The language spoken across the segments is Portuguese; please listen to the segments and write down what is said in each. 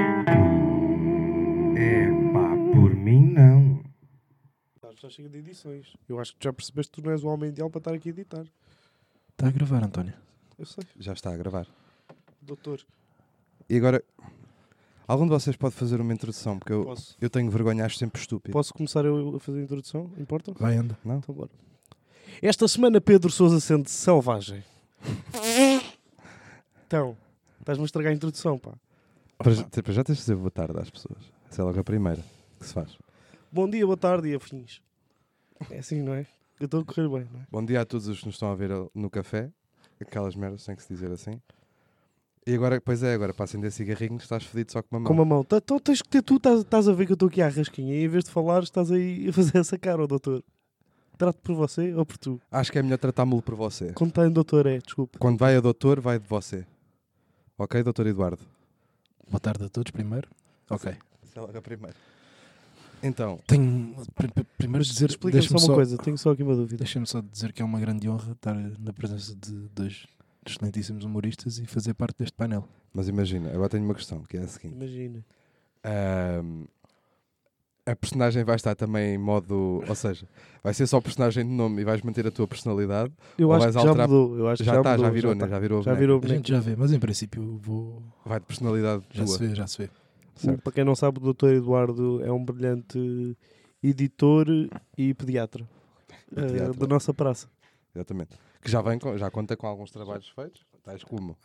Gonçalo, Tá, já chega de edições. Eu acho que já percebeste que tu não és o homem ideal para estar aqui a editar. Está Tá a gravar, António. Eu sei, Já está a gravar. doutor, E agora, algum de vocês pode fazer uma introdução? Porque eu, posso, eu tenho vergonha, acho sempre estúpido. posso começar eu a fazer a introdução? Importa? Vai, anda. Não? Então bora. Esta semana Pedro Sousa sente selvagem. então, estás-me a estragar a introdução, pá. Para, já- para já tens de dizer boa tarde às pessoas. Essa é logo a primeira que se faz. Bom dia, boa tarde e afins. É assim, não é? Eu estou a correr bem, não é? Bom dia a todos os que nos estão a ver no café. Aquelas merdas, tem que se dizer assim. E agora, pois é, agora para acender cigarrinho estás fedido só com uma mão. Com uma mão. Tá- Então tens que ter, tu estás, estás a ver que eu estou aqui à rasquinha e em vez de falar estás aí a fazer essa cara, ó doutor. Trato por você ou por tu? Acho que é melhor tratar-me-lo por você. Quando está em doutor é, desculpa. Quando vai a doutor, vai de você. Ok, doutor Eduardo? Boa tarde a todos primeiro. Ok. Essa é logo a primeira. Então, Tenho. pr- pr- Primeiro dizer. Explica-me só deixa-me uma coisa, tenho só aqui uma dúvida. Deixa-me só dizer que é uma grande honra estar na presença de dois excelentíssimos humoristas e fazer parte deste painel. mas imagina, agora tenho uma questão, que é a seguinte. Imagina. Ahm, a personagem vai estar também em modo. Ou seja, vai ser só personagem de nome e vais manter a tua personalidade. Eu Ou acho vais que já alterar- mudou. Eu acho que já está, mudou, já virou, né? tá. já virou. Já né? virou o A boneco. gente já vê, mas em princípio vou. Vai de personalidade Já tua. se vê, já se vê. certo. Para quem não sabe, o doutor Eduardo é um brilhante editor e pediatra, eh, Pediatra. da nossa praça. Exatamente. Que já, vem com- já conta com alguns trabalhos feitos, tais como.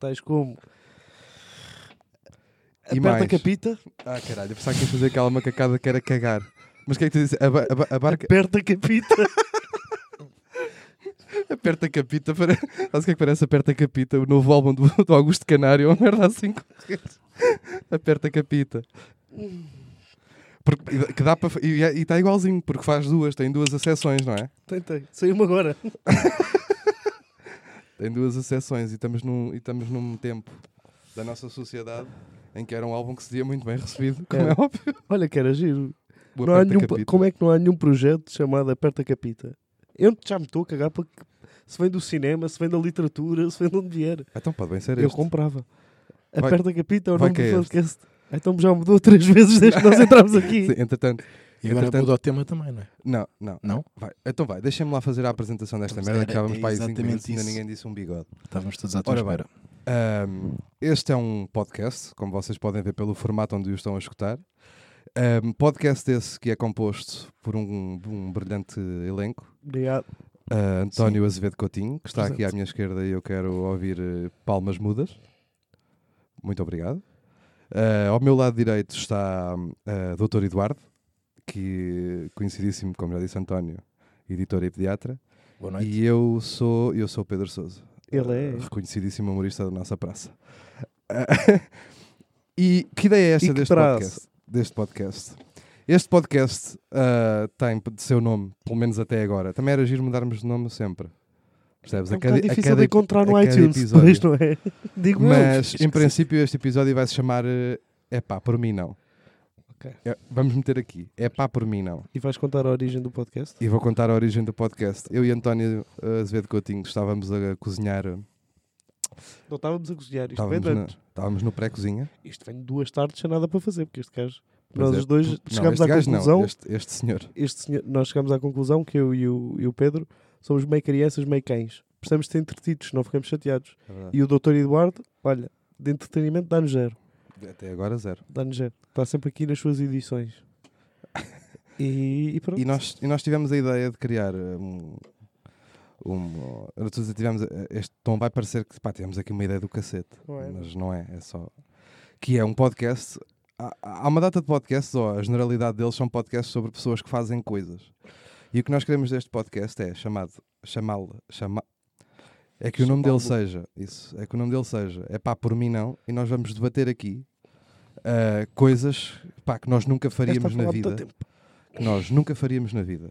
Tais como... E Aperta mais? a capita, Ah, caralho, eu pensava que ias fazer aquela macacada que era cagar. Mas o que é que tu disse? A, ba- a ba- a barca aperta a capita. aperta a capita. Para... Sabes o que é que parece aperta a capita? O novo álbum do, do Augusto Canário é uma merda assim. qualquer. aperta a capita. Porque, que dá para e é, e está igualzinho, porque faz duas, tem duas acessões, não é? Tentei, saiu-me agora. Tem duas acessões e estamos num, e estamos num tempo da nossa sociedade em que era um álbum que seria muito bem recebido, como é, Era. óbvio. Olha que era giro. O Não há Aperta nenhum- Capita. como é que não há nenhum projeto chamado Aperta Capita? Eu já me estou a cagar para que- se vem do cinema, se vem da literatura, se vem de onde vier. Então pode bem ser Eu este. comprava. Vai- Aperta Capita é o vai nome que é do podcast. Então já mudou três vezes desde que nós entramos aqui. Sim, entretanto, E agora Entretanto- mudou o tema também, não é? não, não. Não? Vai. Então vai, deixem-me lá fazer a apresentação desta Mas merda era que estávamos para aí 5 é exatamente minutos e ainda isso. ninguém disse um bigode. Estávamos todos à tua Ora espera. Um, este é um podcast, como vocês podem ver pelo formato onde o estão a escutar. Um, podcast esse que é composto por um, um brilhante elenco. Obrigado. Uh, António Azevedo Coutinho, que está aqui Presente. à minha esquerda e eu quero ouvir eh, palmas mudas. Muito obrigado. Uh, ao meu lado direito está uh, Dr. Eduardo, que conhecidíssimo, como já disse António, editor e pediatra. Boa noite. E eu sou, eu sou Pedro Sousa. Ele Eh, é. Reconhecidíssimo humorista da nossa praça. Ah, e que ideia E é esta que deste praça? podcast, deste podcast? Este podcast ah, tem de seu nome, pelo menos até agora. Também era giro mudarmos de nome sempre. Percebes? É um A cada- bocado a difícil cada de epi- encontrar no a cada iTunes, episódio. pois não é? Digo eu. Mas, em esqueci. princípio, este episódio vai se chamar eh, É pá, por mim não. Ok. É- vamos meter aqui. É pá, por mim não. E vais contar a origem do podcast? E vou contar a origem do podcast. Eu e António eh, Azevedo Coutinho estávamos a cozinhar. Não estávamos a cozinhar. Isto vem Estávamos, de na- antes. estávamos no pré-cozinha. Isto vem de duas tardes sem nada para fazer, porque este gajo. Pois nós é, os dois por- não, chegámos este à gajo não, conclusão este, este senhor. este senhor- nós chegamos à conclusão que eu e o, e o Pedro somos meio crianças, meio cães. Precisamos de ser entretidos, não ficamos chateados. E o doutor Eduardo, olha, de entretenimento dá-nos zero. Até agora zero. Dá-nos zero. Está sempre aqui nas suas edições. E, e pronto. E nós, e nós tivemos a ideia de criar um. um eu estou a dizer, tivemos, este tom vai parecer que pá, tivemos aqui uma ideia do cacete, Não é? mas não é, é só. Que é um podcast. Há, há uma data de podcasts, ou a generalidade deles são podcasts sobre pessoas que fazem coisas. E o que nós queremos deste podcast é chamado. Chamá-lo. Chama, é que o nome dele seja. Isso. É que o nome dele seja. É pá, por mim não. E nós vamos debater aqui ah, coisas pá, que nós nunca Esta a faríamos na falar muito vida tempo. que nós nunca faríamos na vida.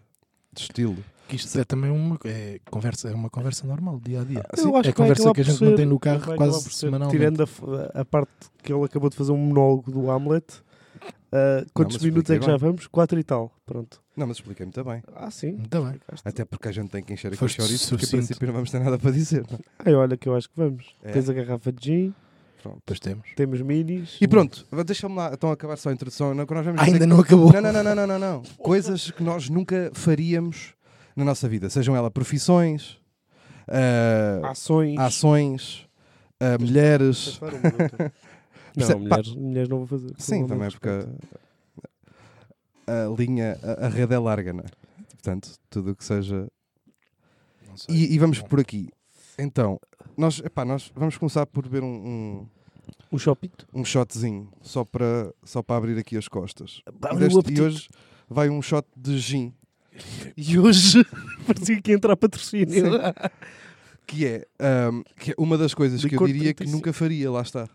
De estilo. Que isto é também uma, é, conversa, é uma conversa normal, dia a dia. Sim, eu Ah, acho é que vai conversa acabar que a por gente mantém no carro vai quase né? acabar por ser, semanalmente. Tirando a, f- a parte que ele acabou de fazer um monólogo do Hamlet. ah, quantos mas minutos é que explica já vamos? Quatro e tal. Pronto. Não, mas expliquei muito bem. Ah, sim. Muito bem. Até porque a gente tem que encher aqui o Foste chorizo, porque a sucinto. princípio não vamos ter nada para dizer. não Ai, olha que eu acho que vamos. É? Tens a garrafa de gin, Pronto. Depois temos. Temos minis. E pronto, deixa-me lá, então acabar só a introdução. Não, que nós vamos dizer Hum. Ainda que- não acabou. Não, não, não, não, não, não, não. Coisas que nós nunca faríamos na nossa vida, sejam elas profissões, ah, Ações. ações, ah, mulheres. um Perce- Não, mulheres, mulheres não vou fazer. é Sim, Não também respeito. porque a, a ah, linha, a, a rede é larga, não é? Portanto, tudo o que seja. Não sei. E, e vamos por aqui. Então, nós, epá, nós vamos começar por beber um, O Shopito. um, um shotzinho, só para, só para abrir aqui as costas. Abre Deste- o e apetite. hoje vai um shot de gin, E hoje parecia que ia entrar patrocínio. que é, ahm, que é uma das coisas que eu Licor diria que 35. nunca faria, lá está.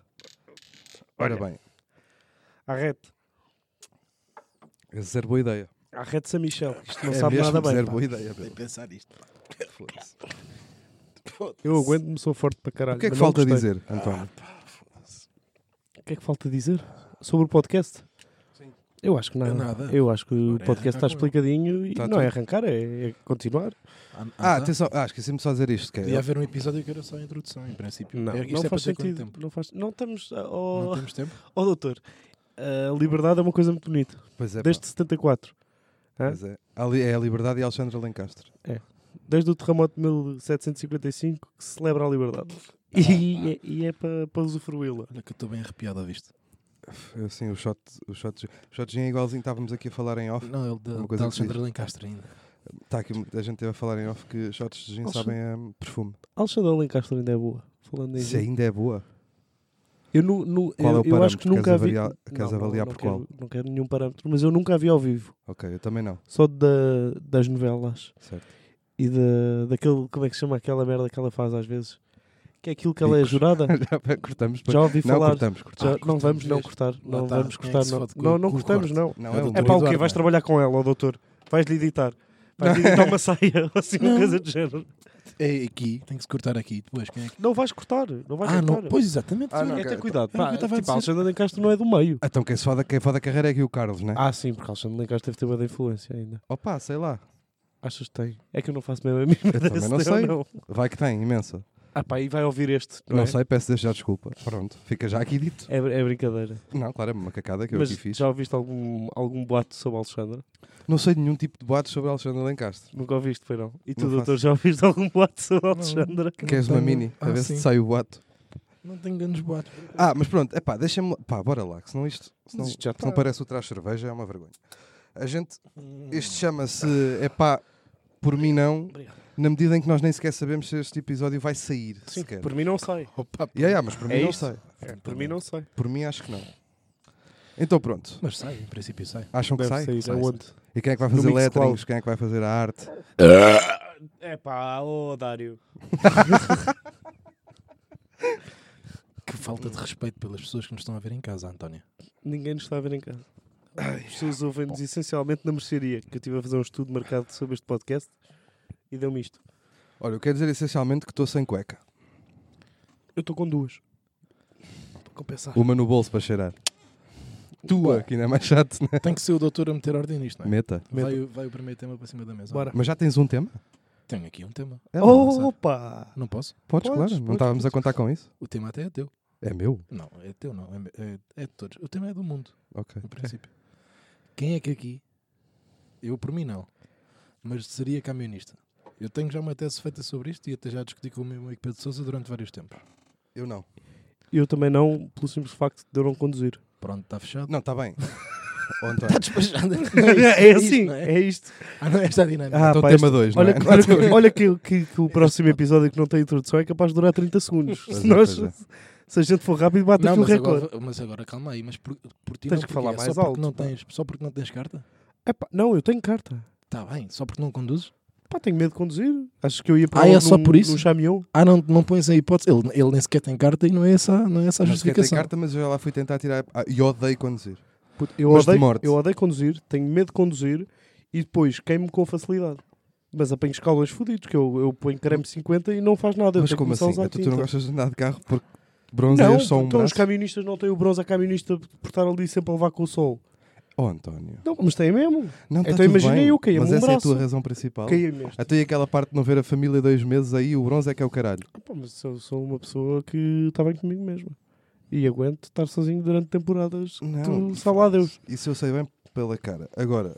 Ora bem, Arrete. é zero boa ideia. Arrete São Michel. Isto não é sabe mesmo nada bem. zero pá. boa ideia. Nem Pedro. pensar isto. Foda-se. Eu aguento-me, sou forte para caralho. O é que é que mas não falta gostei. Ah, tá, dizer, António? O que é que falta dizer sobre o podcast? Sim. Eu acho que nada. Eu nada. Eu acho que o Agora é podcast está arrancar com ele. explicadinho e Tá não é tudo. arrancar, é, é continuar. tá. Ah, atenção, ah, esqueci-me só de dizer isto. Que é, Podia haver um episódio que era só a introdução, em princípio. Não, É- isto não é faz para ter quanto sentido. tempo? Não, faz, não estamos. Não Oh, temos tempo? oh, doutor, a liberdade é uma coisa muito bonita. Pois é, pá. Desde 74, Hã? Pois é. A li- É a Liberdade e Alexandre Lencastre. desde o terremoto de 1755, que se celebra a liberdade. Ah, E, é- e é para, para usufruí-la. Olha que eu estou bem arrepiado a visto. Eu, Sim, o shot, o shot, de- o shot de gin é igualzinho, estávamos aqui a falar em off. Não, ele da, Uma coisa da que se diz. Alexandre Lencastre ainda. Tá aqui, a gente esteve a falar em off que shots de gin Alexandre- sabem a perfume. Alexandre Alencastro ainda é boa. Falando em Se gin. ainda é boa. Eu, nu, nu, Qual é eu, o eu acho parâmetro? que Queres nunca vi. avaliar- queres avaliar não por quero, Não quero nenhum parâmetro, mas eu nunca a vi ao vivo. Ok, eu também não. Só da, das novelas Certo. e da, daquele. Como é que se chama aquela merda que ela faz às vezes? Que é aquilo que ela é Bicos. jurada? Já cortamos. depois. Já ouvi Não, falar. cortamos, cortamos. Já- Ah, não cortamos vamos não mesmo. cortar. Lá Não tá, vamos quem é que cortar. se não fode com- não, não com o cortamos, corte? não. Não, É é do o É Eduardo, pá, o quê? não Vais é? trabalhar com ela, ó, doutor. Vais-lhe editar. Vais-lhe editar uma saia, ou assim, uma Não. coisa do género. É aqui, tem que se cortar aqui. Depois, quem é que. Não vais cortar. Não vais Ah, cortar. não, pois exatamente. Ah, não, Tem que ok, ter cuidado. então. Era o Pá, que eu tipo, tava a a dizer. Alexandra Lencastre não é do meio. Então quem se foda, quem foda a carreira é aqui o Carlos, né? Ah, sim, porque Alexandre Lencastre deve ter uma da influência ainda. Opa, sei lá. Achas que tem? É que eu não faço mesmo a mínima Eu ideia também se não tem ou sei. Vai que tem, imensa. Ah pá, e vai ouvir este, não, Não é? sei, peço desde já desculpa. Pronto, fica já aqui dito. É, br- é brincadeira. Não, claro, é uma cacada que eu Mas aqui fiz. já ouviste algum, algum boato sobre Alexandra? Não sei de nenhum tipo de boatos sobre Alexandre Lencastre. Nunca ouviste, foi não? E tu, Não faço. um doutor, já ouviste algum boato sobre Alexandra? Queres uma tenho- mini? A Ah, ver se sim. te sai o boato. Não tenho grandes boatos. Ah, mas pronto, epá, deixa-me. lá- Pá, bora lá, que senão isto. Senão, Mas isto já senão tá. Hum. parece o traje de cerveja, é uma vergonha. A gente. Isto chama-se. Epá, por mim não, Obrigado. na medida em que nós nem sequer sabemos se este episódio vai sair. Sim, sequer. por mim não sai. Opa, Yeah, yeah, mas por mim É não isto? sei. É, por mim não sai. Por mim acho que não. Então pronto. Mas sai, em princípio sai. Acham que Deve sai? sair Sai, aonde? E quem é que vai No fazer Mixcloud. letterings? Quem é que vai fazer a arte? É pá, ô Dário. Que falta de respeito pelas pessoas que nos estão a ver em casa, António. Ninguém nos está a ver em casa. As pessoas ouvem-nos essencialmente na mercearia, que eu estive a fazer um estudo marcado sobre este podcast e deu-me isto. Olha, eu quero dizer essencialmente que estou sem cueca. Eu estou com duas. Para compensar. Uma no bolso para cheirar. Tua, que ainda é mais chato, né? Tem que ser o doutor a meter ordem nisto, não é? Meta. Vai, o- vai o primeiro tema para cima da mesa. Bora. Mas já tens um tema? Tenho aqui um tema. É, não sei. Opa! Não posso? Podes, Podes, claro. não podes, estávamos a podes. contar com isso. O tema até é teu. É meu? Não, é teu não. É, é- é de todos. O tema é do mundo, Ok. no princípio. Quem é que aqui... Eu, por mim, não. Mas seria camionista. Eu tenho já uma tese feita sobre isto e até já discuti com o meu amigo Pedro Sousa durante vários tempos. Eu não. Eu também não, pelo simples facto de eu não conduzir. Pronto, está fechado. Não, está bem. Ó, António. Está despachado. É, assim, não é isto. Ah, não, esta é a dinâmica. Ah, então pá, tema este- 2, não Olha, é? que, olha que- olha que, que- que o próximo episódio que não tem introdução é capaz de durar 30 segundos. Pois Se, é, nós- pois se a gente for rápido, bate aqui o mas, recorde. agora, mas agora calma aí, mas por, por ti tá Tens não, que falar porquê? mais só porque alto, Não pá. tens, só porque não tens carta? Epá, não, eu tenho carta. Está bem, só porque não conduzes? Pá, tenho medo de conduzir. Acho que eu ia para Ah, logo é só num- por isso? num Chamion. Ah, não, não pões a hipótese. Ele, ele nem sequer tem carta e não é essa, não é essa a Não sequer tem justificação. carta, mas eu já lá fui tentar tirar. Ah, e odeio conduzir. Puto, eu, Mas de odeio, morte. eu odeio conduzir, tenho medo de conduzir e depois queimo-me com facilidade. Mas apanho escalões fodidos, que eu, eu ponho creme 50 e não faz nada. eu mas tenho como que começar a assim? usar Tu, tu não tinta. gostas de andar de carro porque Não, bronzeias só um então os braço? camionistas não têm o bronze a camionista por estar ali sempre a levar com o sol. Oh, António. Não, mas têm mesmo. Não, tá Então tudo imagina bem, eu caía-me Mas um essa é a braço. é- tua razão principal. Caí-me este. Até aquela parte de não ver a família dois meses aí, o bronze é que é o caralho. Ah, pá, mas eu sou uma pessoa que está bem comigo mesmo. E aguento estar sozinho durante temporadas. Não, tu, sabe lá Deus. Isso eu sei bem pela cara. Agora,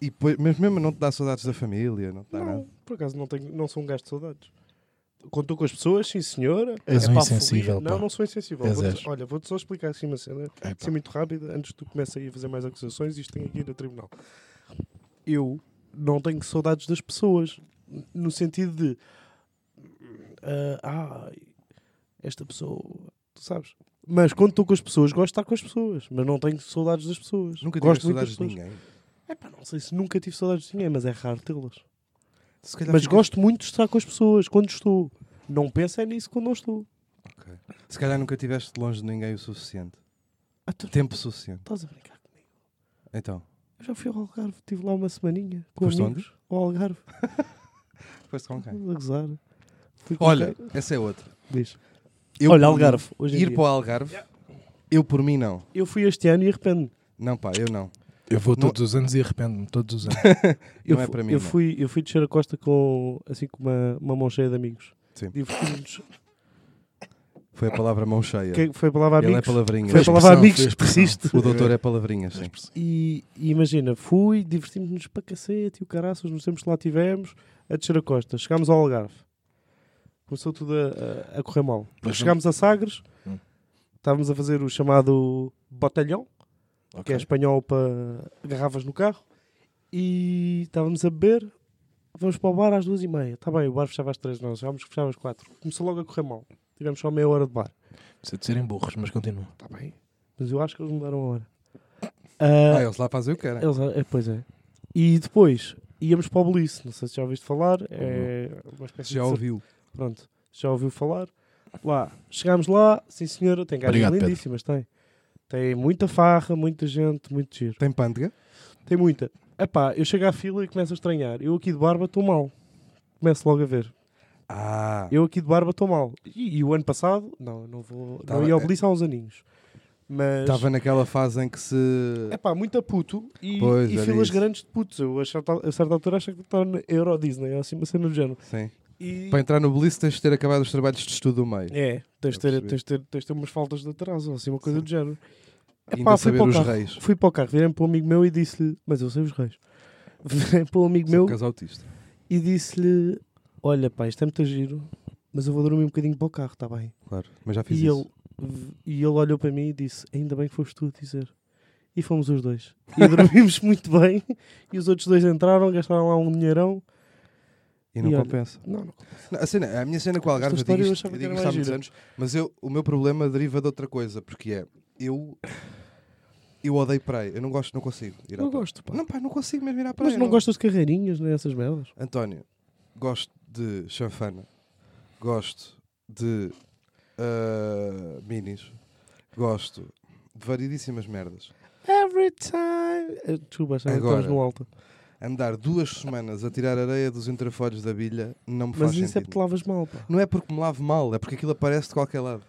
e depois, mas mesmo não te dá saudades da família, não te dá Não, é? nada. por acaso não, tenho, não sou um gajo de saudades. Contou com as pessoas, sim senhora. És É um pá, insensível, folia. Não, pá. não sou insensível. És, Vou-te- és. olha, vou-te só explicar assim uma cena. É, pá. Assim muito rápida, antes que tu comeces aí a fazer mais acusações, isto tem aqui no tribunal. Eu não tenho saudades das pessoas. No sentido de. ah, ah, esta pessoa. Tu sabes? Mas quando estou com as pessoas, gosto de estar com as pessoas. Mas não tenho saudades das pessoas. Nunca tive gosto muito das saudades de pessoas. ninguém. É pá, não sei se nunca tive saudades de ninguém, mas é raro tê-las. Se calhar Mas fica- gosto muito de estar com as pessoas quando estou. Não penso é nisso quando não estou. Ok. Se calhar nunca estiveste longe de ninguém o suficiente. Ah, tu Tempo suficiente. estás a brincar comigo. Então, Eu já fui ao Algarve, estive lá uma semaninha com Foste amigos. Ao Algarve, foste com quem? estás a gozar. Fui com Olha, quem? essa é outra. Diz. Eu, Olha, por Algarve, mim, hoje em ir dia. para o Algarve, eu por mim não. Eu fui este ano e arrependo-me. Não, pá, eu não. Eu vou Não- todos os anos e arrependo-me todos os anos. Eu, não é fu- para mim. eu não. fui, eu fui descer a costa com, assim, com uma, uma mão cheia de amigos. Sim. Divertimos. Foi a palavra mão cheia. Que foi a palavra Ele é amigos. palavrinha. foi a Foi palavra expressão, amigos foi que persiste. O doutor é palavrinha, sim. E, e imagina, fui, divertimos-nos para cacete e o caraças, nos tempos que lá tivemos, a descer a costa. Chegámos ao Algarve. Começou tudo a, a- a correr mal. Mas não- Chegámos a Sagres, Hum. estávamos a fazer o chamado botelhão, que é Ok. espanhol para garrafas no carro, e estávamos a beber. Vamos para o bar às duas e meia. Está bem, o bar fechava às três, nós chegámos que fechava às quatro. Começou logo a correr mal. Tivemos só meia hora de bar. Precisa de serem burros, mas continua. Está bem. Mas eu acho que eles mudaram a hora. Ah, Ah, eles lá fazem o que querem. eles, é, pois é. E depois íamos para o Belice, não sei se já ouviste falar, é uma espécie Já de. ouviu. Pronto, já ouviu falar. Lá, chegámos lá, sim senhora, tem gajas Obrigado, Pedro. lindíssimas, tem. Tem muita farra, muita gente, muito giro. Tem pândega? Tem muita. Epá, eu chego à fila e começo a estranhar. Eu aqui de barba estou mal. Começo logo a ver. Ah, Eu aqui de barba estou mal. E, e o ano passado, não, não vou. Tava- não ia ao Belice há uns aninhos. Mas. estava naquela fase em que se. É pá, muito a puto e, Pois, e era filas isso. grandes de putos. Eu a certa, a certa altura acho que estava na Euro Disney, ou assim uma cena do género. Sim. E... Para entrar no Blitz tens de ter acabado os trabalhos de estudo do meio. É, tens de, ter, Eu percebi. tens, de ter, tens de ter umas faltas de atraso, ou assim uma coisa Sim. do género. E Epá, ainda fui saber para, o os carro, reis. fui para o carro, virei para um amigo meu e disse-lhe, mas eu sei os reis. Virei para um amigo meu Meu... autista. e disse-lhe, olha pá, isto é muito giro, mas eu vou dormir um bocadinho para o carro, está bem? Claro. Mas já fiz E isso. ele, e ele olhou para mim e disse: Ainda bem que foste tu a dizer. E fomos os dois. E dormimos muito bem. E os outros dois entraram, gastaram lá um dinheirão. E não e olha- compensa. Não, não. Não, a, cena- a minha cena com o Algarve, eu história digo eu isto, achava eu que digo era isto há mais muitos gira. anos, mas eu, o meu problema deriva de outra coisa, porque é, eu, eu odeio praia, eu não gosto, não consigo ir à Eu praia. gosto, pá. Não, pá, não consigo mesmo ir à praia. Mas não gostas de carreirinhas, nem essas merdas? António, gosto de chanfana, gosto de ah, minis, gosto de variedíssimas merdas. Every time. Eh, Desculpa, já Agora. estamos no alto. Andar duas semanas a tirar areia dos entrefolhos da bilha não me Mas faz isso é sentido. porque te lavas mal, pá. Não é porque me lavo mal, é porque aquilo aparece de qualquer lado.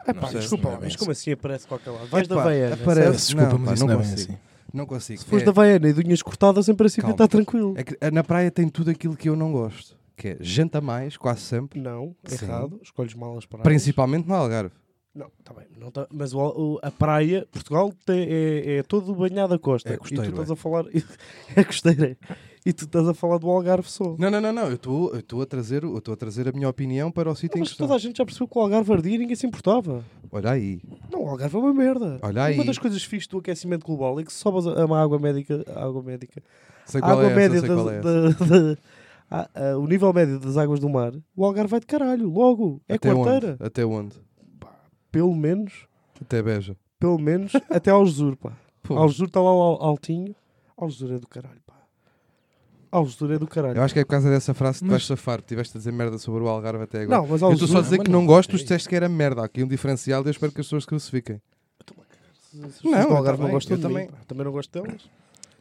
Ah, Não, pá, isso desculpa, não é lá, bem mas assim. como assim aparece de qualquer lado? Vais Epá, da Veiana. certo? aparece- Parece- Desculpa, não, mas pá, isso não não é bem consigo. assim. Não consigo. Se fores É- da Veiana e de unhas cortadas, em princípio Calma. está tranquilo. é que na praia tem tudo aquilo que eu não gosto, que é gente a mais, quase sempre, Não, Sim. errado. Escolhes malas para principalmente no Algarve. Não, está bem. Não tá- mas o, o- a praia, Portugal tem- é, é todo banhado a costa. É costeiro, e tu estás é. a falar. é costeira. é. E tu estás a falar do Algarve só. Não, não, não, não, eu estou eu estou a, trazer o- eu estou a trazer a minha opinião para o sítio em mas questão. toda a gente já percebeu que o Algarve ardia e ninguém se importava. Olha aí, Não, o Algarve é uma merda. Olha aí. Uma das coisas fixas do aquecimento global é que se sobas a a uma água médica. a Água médica. sei a qual água é essa, média sei das- qual é essa. da- da- a- a- o nível médio das águas do mar, o Algarve vai de caralho, logo. É Até quarteira. onde? Até onde? Pelo menos, Até Beja. pelo menos, até ao Jur, pá. Pô, Algesur está tá lá al- altinho. Algesur é do caralho, pá. Algesur é do caralho. eu acho que é por causa dessa frase que tu vais Mas- safar, porque tiveste a dizer merda sobre o Algarve até é agora. Não, é mas eu estou só a Algesur... dizer Mas que não não, gosto, tu peraí. disseste que era merda. Há aqui um diferencial e eu espero que as pessoas crucifiquem. Não, Não, eu do Algarve não também, gosto eu de mim, também. pá. Também não gosto delas.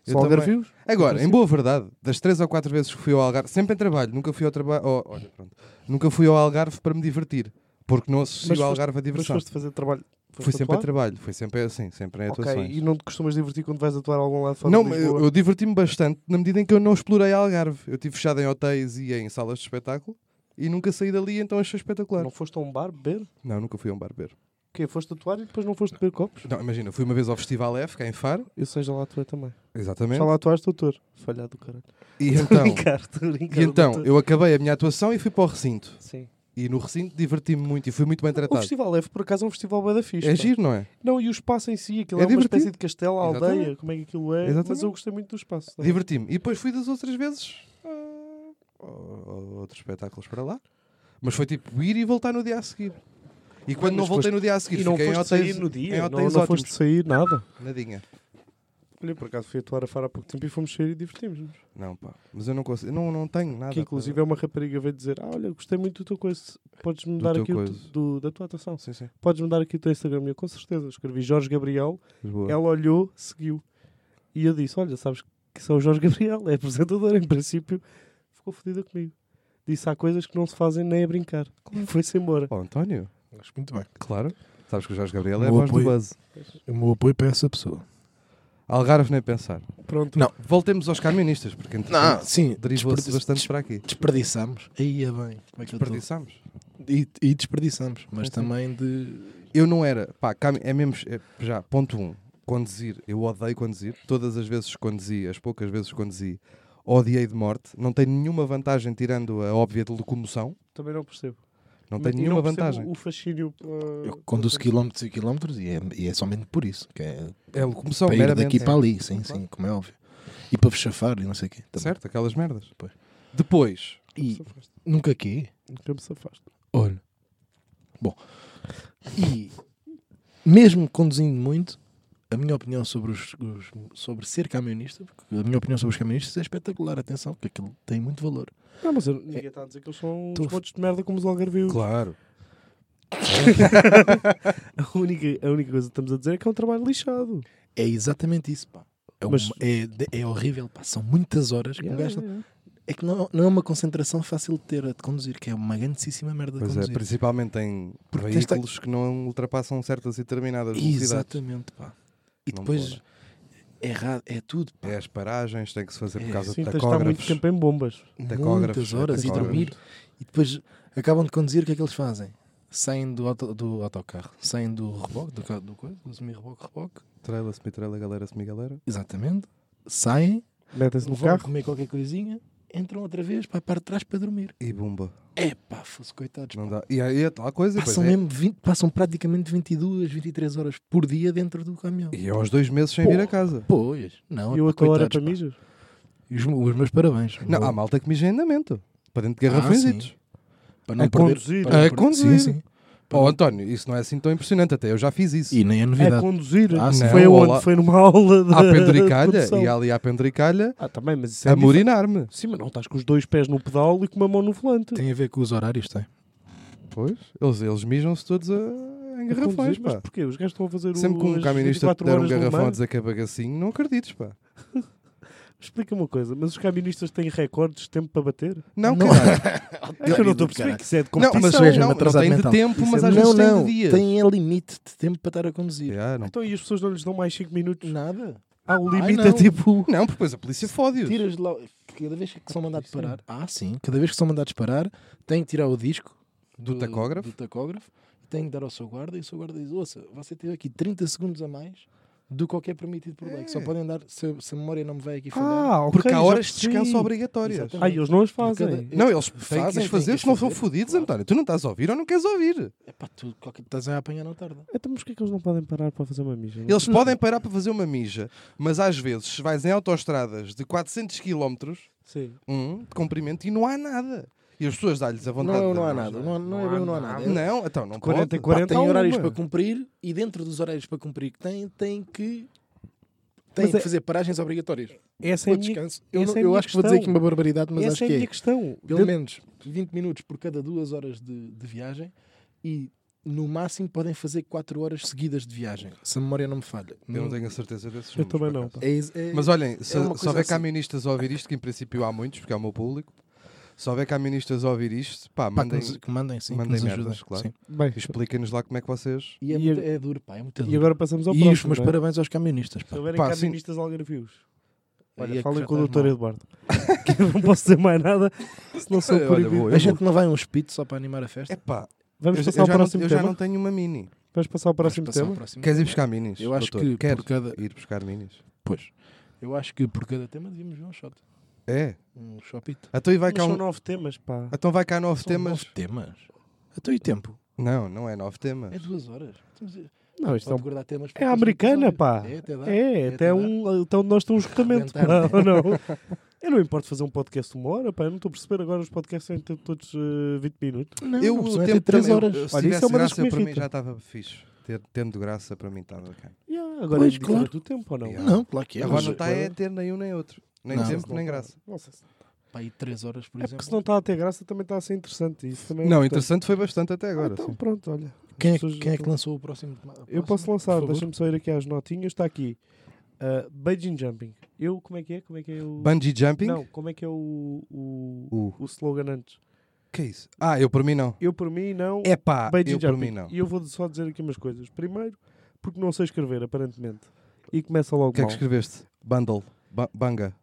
Eu Só também. Algarvios. Agora, em Sim. boa verdade, das três ou quatro vezes que fui ao Algarve, sempre em trabalho, nunca fui ao trabalho. oh, olha, pronto. Nunca fui ao Algarve para me divertir, porque não Mas associo foste- ao Algarve a Mas diversão. foste fazer trabalho. foste Fui sempre a atuar? trabalho, foi sempre assim, sempre em Ok, atuações. e não te costumas divertir quando vais atuar a algum lado fora Não, de mas Lisboa? eu, eu diverti-me bastante na medida em que eu não explorei Algarve. Eu estive fechado em hotéis e em salas de espetáculo e nunca saí dali, então achei espetacular. Não foste a um bar beber? Não, nunca fui a um barbeiro. quê? Foste tatuar e depois não foste beber copos? Não, imagina, eu fui uma vez ao Festival F, cá em Faro. Eu seja lá atuei também. Exatamente. Já lá atuaste, doutor. Falhado do caralho. E então, brincar, estou a brincar, e então doutor. eu acabei a minha atuação e fui para o recinto. Sim. E no recinto diverti-me muito e fui muito bem O tratado. Festival F, por acaso, é um festival bué da fixe. pá. É giro, não é? Não, e o espaço em si, aquilo É é, uma divertido. espécie de castelo, aldeia, Exatamente. como é que aquilo é. Mas Exatamente. eu gostei muito do espaço. não é? Diverti-me. E depois fui das outras vezes ah, a a outros espetáculos para lá. Mas foi tipo ir e voltar no dia a seguir. E quando Mas não voltei foste- no dia a seguir, E não fiquei foste em sair hotéis, no dia, em não, hotéis não ótimos. foste sair nada. Nadinha. Olha, por acaso fui atuar a Faro há pouco tempo e fomos sair e divertimos-nos. Não, pá. Mas eu não consigo. Não, não tenho nada. Que inclusive é uma rapariga veio dizer: Ah, olha, gostei muito do teu coisa, podes-me Do dar teu aqui o coisa. tu, do- da tua atuação, Sim, sim. podes-me dar aqui o teu Instagram. E eu, com certeza, escrevi Jorge Gabriel, Lisboa. ela olhou, seguiu. E eu disse: Olha, sabes que sou o Jorge Gabriel, é apresentador, em princípio, ficou fodida comigo. Disse: Há coisas que não se fazem nem a brincar. Foi-se embora. Oh, António. Acho muito bem. Claro. Sabes que o Jorge Gabriel é a O voz do apoio. Buzz. O meu apoio para essa pessoa. Algarve nem pensar. Pronto. Não. Voltemos aos caministas, porque entretanto sim. derivou-se desperdi- bastante para aqui. Desperdiçamos. Aí é bem. Como é que eu tô? Desperdiçamos. E, e desperdiçamos. Mas Sim, sim. também de. Eu não era, pá, cami- é mesmo, é, já, ponto um, conduzir, eu odeio conduzir, todas as vezes que conduzi, as poucas vezes que conduzi, odiei de morte, não tenho nenhuma vantagem tirando a óbvia de locomoção, Também não percebo. não Mas- e tenho nenhuma percebo vantagem. O fascínio. pela- Eu conduzo quilómetros e quilómetros e é, e é somente por isso. Que é É locomoção, para ir meramente, daqui é. para ali. Sim, sim, como é óbvio. E para vos chafar e não sei o quê. também. é. certo, aquelas merdas. Pois. Depois, E Nunca me safaste. nunca aqui. Nunca me safaste. Olha. Bom. E mesmo conduzindo muito, a minha opinião sobre, os, os- sobre ser camionista, porque a minha opinião sobre os camionistas é espetacular, atenção, porque aquilo tem muito valor. Não, mas eu, ninguém está a dizer que eles são Tô- uns pontos de merda como os algarvios. É, então, claro, A, única, a única coisa que estamos a dizer é que é um trabalho lixado. É exatamente isso, pá. É, Mas- uma- é, de- é horrível, pá. São muitas horas que um Yeah, gajo não- yeah, yeah. É que não, não é uma concentração fácil de ter a de conduzir, que é uma grandíssima merda de pois é, conduzir. principalmente em Porque tens de- veículos que não ultrapassam certas e determinadas velocidades. exatamente, pá. E Não depois pode. é, ra- é tudo, pá. É as paragens, tem que se fazer por É, causa Sim, de tens de estar muito tacógrafos. tempo em bombas. Tacógrafos, muitas horas e tacógrafos. dormir e depois acabam de conduzir, o que é que eles fazem? Saem do, auto- do autocarro, saem do reboque, do, ca- do, coisa, do semi-reboque, reboque, Trela, semi-trela, galera, semi-galera. exatamente, saem, Metem-se no vão carro. comer qualquer coisinha, entram outra vez para a parte de trás para dormir. E bumba, É pá, fosse coitados. não dá. E aí é tal coisa, e depois Passam, é- mesmo 20 passam praticamente 22, 23 horas por dia dentro do caminhão. E aos dois meses sem Porra. vir a casa. Pois, não, E ah, eu pá, a tua hora coitados, para pá. mijar. É E Os, os meus parabéns. Não, ah, Vou- há malta que mija em andamento. Para dentro de Ah, garrafões. para a perder- conduzir. para não A perder- conduzir. Sim, sim. Para oh, não- António, isso não é assim tão impressionante. Até eu já fiz isso. E nem é A novidade. conduzir. Ah, sim. Foi Não, aonde? olá. Foi numa aula de. À pendricalha, de e condução. ali à pendricalha, Ah, também, mas isso é. a diferente. murinar-me. Sim, mas não estás com os dois pés no pedal e com uma mão no volante. Tem a ver com os horários, tem. Pois, eles, eles mijam-se todos a- em A garrafões, conduzir, pá. Mas porquê? Os gajos estão a fazer Sempre que o, um as caminista te 24 der um horas no garrafão a mar. dizer que é bagacinho, não acredites, pá. Explica-me uma coisa, mas os caministas têm recordes de tempo para bater? Não, Não. caralho. É que eu não estou a perceber que isso é de Não, mas competição. veja, não, um não atrasado tem de mental. tempo, mas às não, vezes tem é não, de dias. tem a limite de tempo para estar a conduzir. Ah, não. Então e as pessoas não lhes dão mais 5 minutos? Nada. Ah, o limite Ai, é não. tipo... não, porque depois a polícia fode-os. Tiras lá. Cada vez que são mandados parar. Ah, sim. Cada vez que são mandados parar, têm que tirar o disco Do tacógrafo. Do tacógrafo. Têm que dar ao seu guarda e o seu guarda diz: Ouça, você teve aqui 30 segundos a mais do que qualquer permitido por lei. Que só É. podem dar, se, se a memória não me vai aqui falhar. Ah, ok, Porque há já horas de descanso percebi. obrigatórias. Exatamente. Ah, e eles não as fazem. Cada- é, Não, eles têm que Fazem, as têm fazer, que as senão são fazer, fodidos, claro. António. Tu não estás a ouvir ou não queres ouvir. Epá, é tu qualquer, estás a apanhar não tarda. Então mas porquê que eles não podem parar para fazer uma mija? Eles podem parar para fazer uma mija, mas às vezes se vais em autoestradas de 400 km Sim. um, de comprimento e não há nada. E as pessoas dão-lhes a vontade Não, de não há dar- nada. Não, há- não é Não há bem, não há nada. nada. Não, então não 40 e um, pode. 40 Pá, há têm horários uma. para cumprir e dentro dos horários para cumprir que têm, têm que. Têm Mas que é- fazer paragens obrigatórias. Essa é Ou a minha, descanso. Eu, essa não- é a eu minha acho que vou dizer aqui questão. uma barbaridade, mas essa acho é a que minha é. questão. Pelo Dentro- menos 20 minutos por cada duas horas de, de viagem e no máximo podem fazer 4 horas seguidas de viagem. Se a memória não me falha. Eu não Não- tenho a certeza desses Eu números, também por não. acaso. pá. É is- é- Mas olhem, se, É uma se coisa houver assim. caministas a ouvir isto, que em princípio há muitos, porque é o meu público, se houver caministas a ouvir isto, pá, Pá, que mandem, nos- que mandem, sim. mandem que nos merdas, ajudem, claro. sim. Bem, expliquem-nos lá como é que vocês... E, é, E muito- a- é duro, pá. É muito e duro. agora passamos ao E, os próximo. meus não é? parabéns aos camionistas. Se Pá. houverem Pá, sim. caministas algarvios. Olha, Aí é que falem já com o estás Dr. mal. Eduardo. que eu não posso dizer mais nada se não sou Olha, proibido. vou- eu A gente não vai a um espírito só para animar a festa? Epá, Vamos eu, já- passar eu ao já não, próximo eu já tema. não tenho uma mini. Vamos passar ao próximo Vamos passar ao tema? próximo Queres ir tema. buscar minis? Hum. Eu acho doutor? que Quer por cada. ir buscar minis. Pois. Eu acho que por cada tema devíamos ver um shot. É. Um shopito. Então e vai Mas cá são um... nove temas, pá. Então vai cá nove temas. Nove temas. Até e tempo? Não, não é nove temas. É duas horas. Estamos a- Não, isto é Pode um... guardar temas É a americana, pá. É, até dá. É, até dá. até, um, até onde nós temos um esgotamento. Arrebentar, pá, ou não? é? Eu não importo fazer um podcast de uma hora, pá. Eu não estou a perceber agora os podcasts têm todos eh, 20 minutos. Não, Eu não, o são até tempo três também, horas. Eu, se Olha, tivesse isso é uma das graça que me para mim irrita. já estava fixe. Ter, tendo graça para mim estava ok. Yeah, agora Pois, é medida claro. do tempo, ou não? Yeah. Não, claro que é. Agora mas- não está é ter nem um nem outro. Nem Não. tempo, nem graça. Não sei se- Pá, e três horas, por É porque exemplo. se não está a ter graça também está a ser interessante. Isso também é Não, importante. interessante foi bastante até agora. Ah, sim. então pronto, olha. Quem é, As pessoas- quem é que lançou o próximo? tema? Eu Próximo? posso Por lançar, favor. deixa-me só ir aqui às notinhas. Está aqui. Uh, Beijing Jumping. Eu, como é que é? Como é que é o... Bungee jumping? Não, como é que é o, o, O o slogan antes? que é isso? Ah, eu por mim não. Eu por mim não. É pá, Beijing eu por Jumping. mim não. E eu vou só dizer aqui umas coisas. Primeiro, porque não sei escrever, aparentemente. E começa logo O que é mal. que escreveste? Bundle. Ba- banga.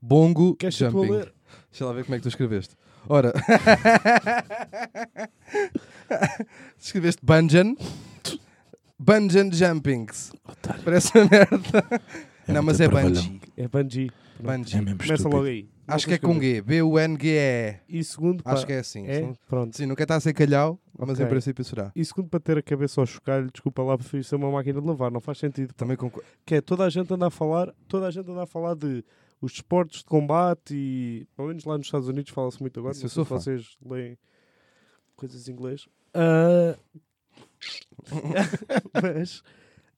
Bongo Queres que eu te jumping. ler? Deixa lá ver como é que tu escreveste. Ora. escreveste Bungeon. Bungeon jumpings. Parece uma merda. É não, mas muito é trabalhão. bungee. É Bungie. É Bungee. mesmo Começa estúpido. logo aí. Acho Não que sei é com escrever. G. B-U-N-G-E. E segundo, pá, Acho que é assim. é, senão- pronto. Sim, nunca está a ser calhau, mas em Ok. princípio será. E segundo, para ter a cabeça ao chocalho, desculpa lá, prefiro ser uma máquina de lavar, não faz sentido. Também concordo. que é toda a gente anda a falar, toda a gente anda a falar de os desportos de combate e pelo menos lá nos Estados Unidos fala-se muito agora, Isso não eu sei sou se fã. vocês leem coisas em inglês. Ah, mas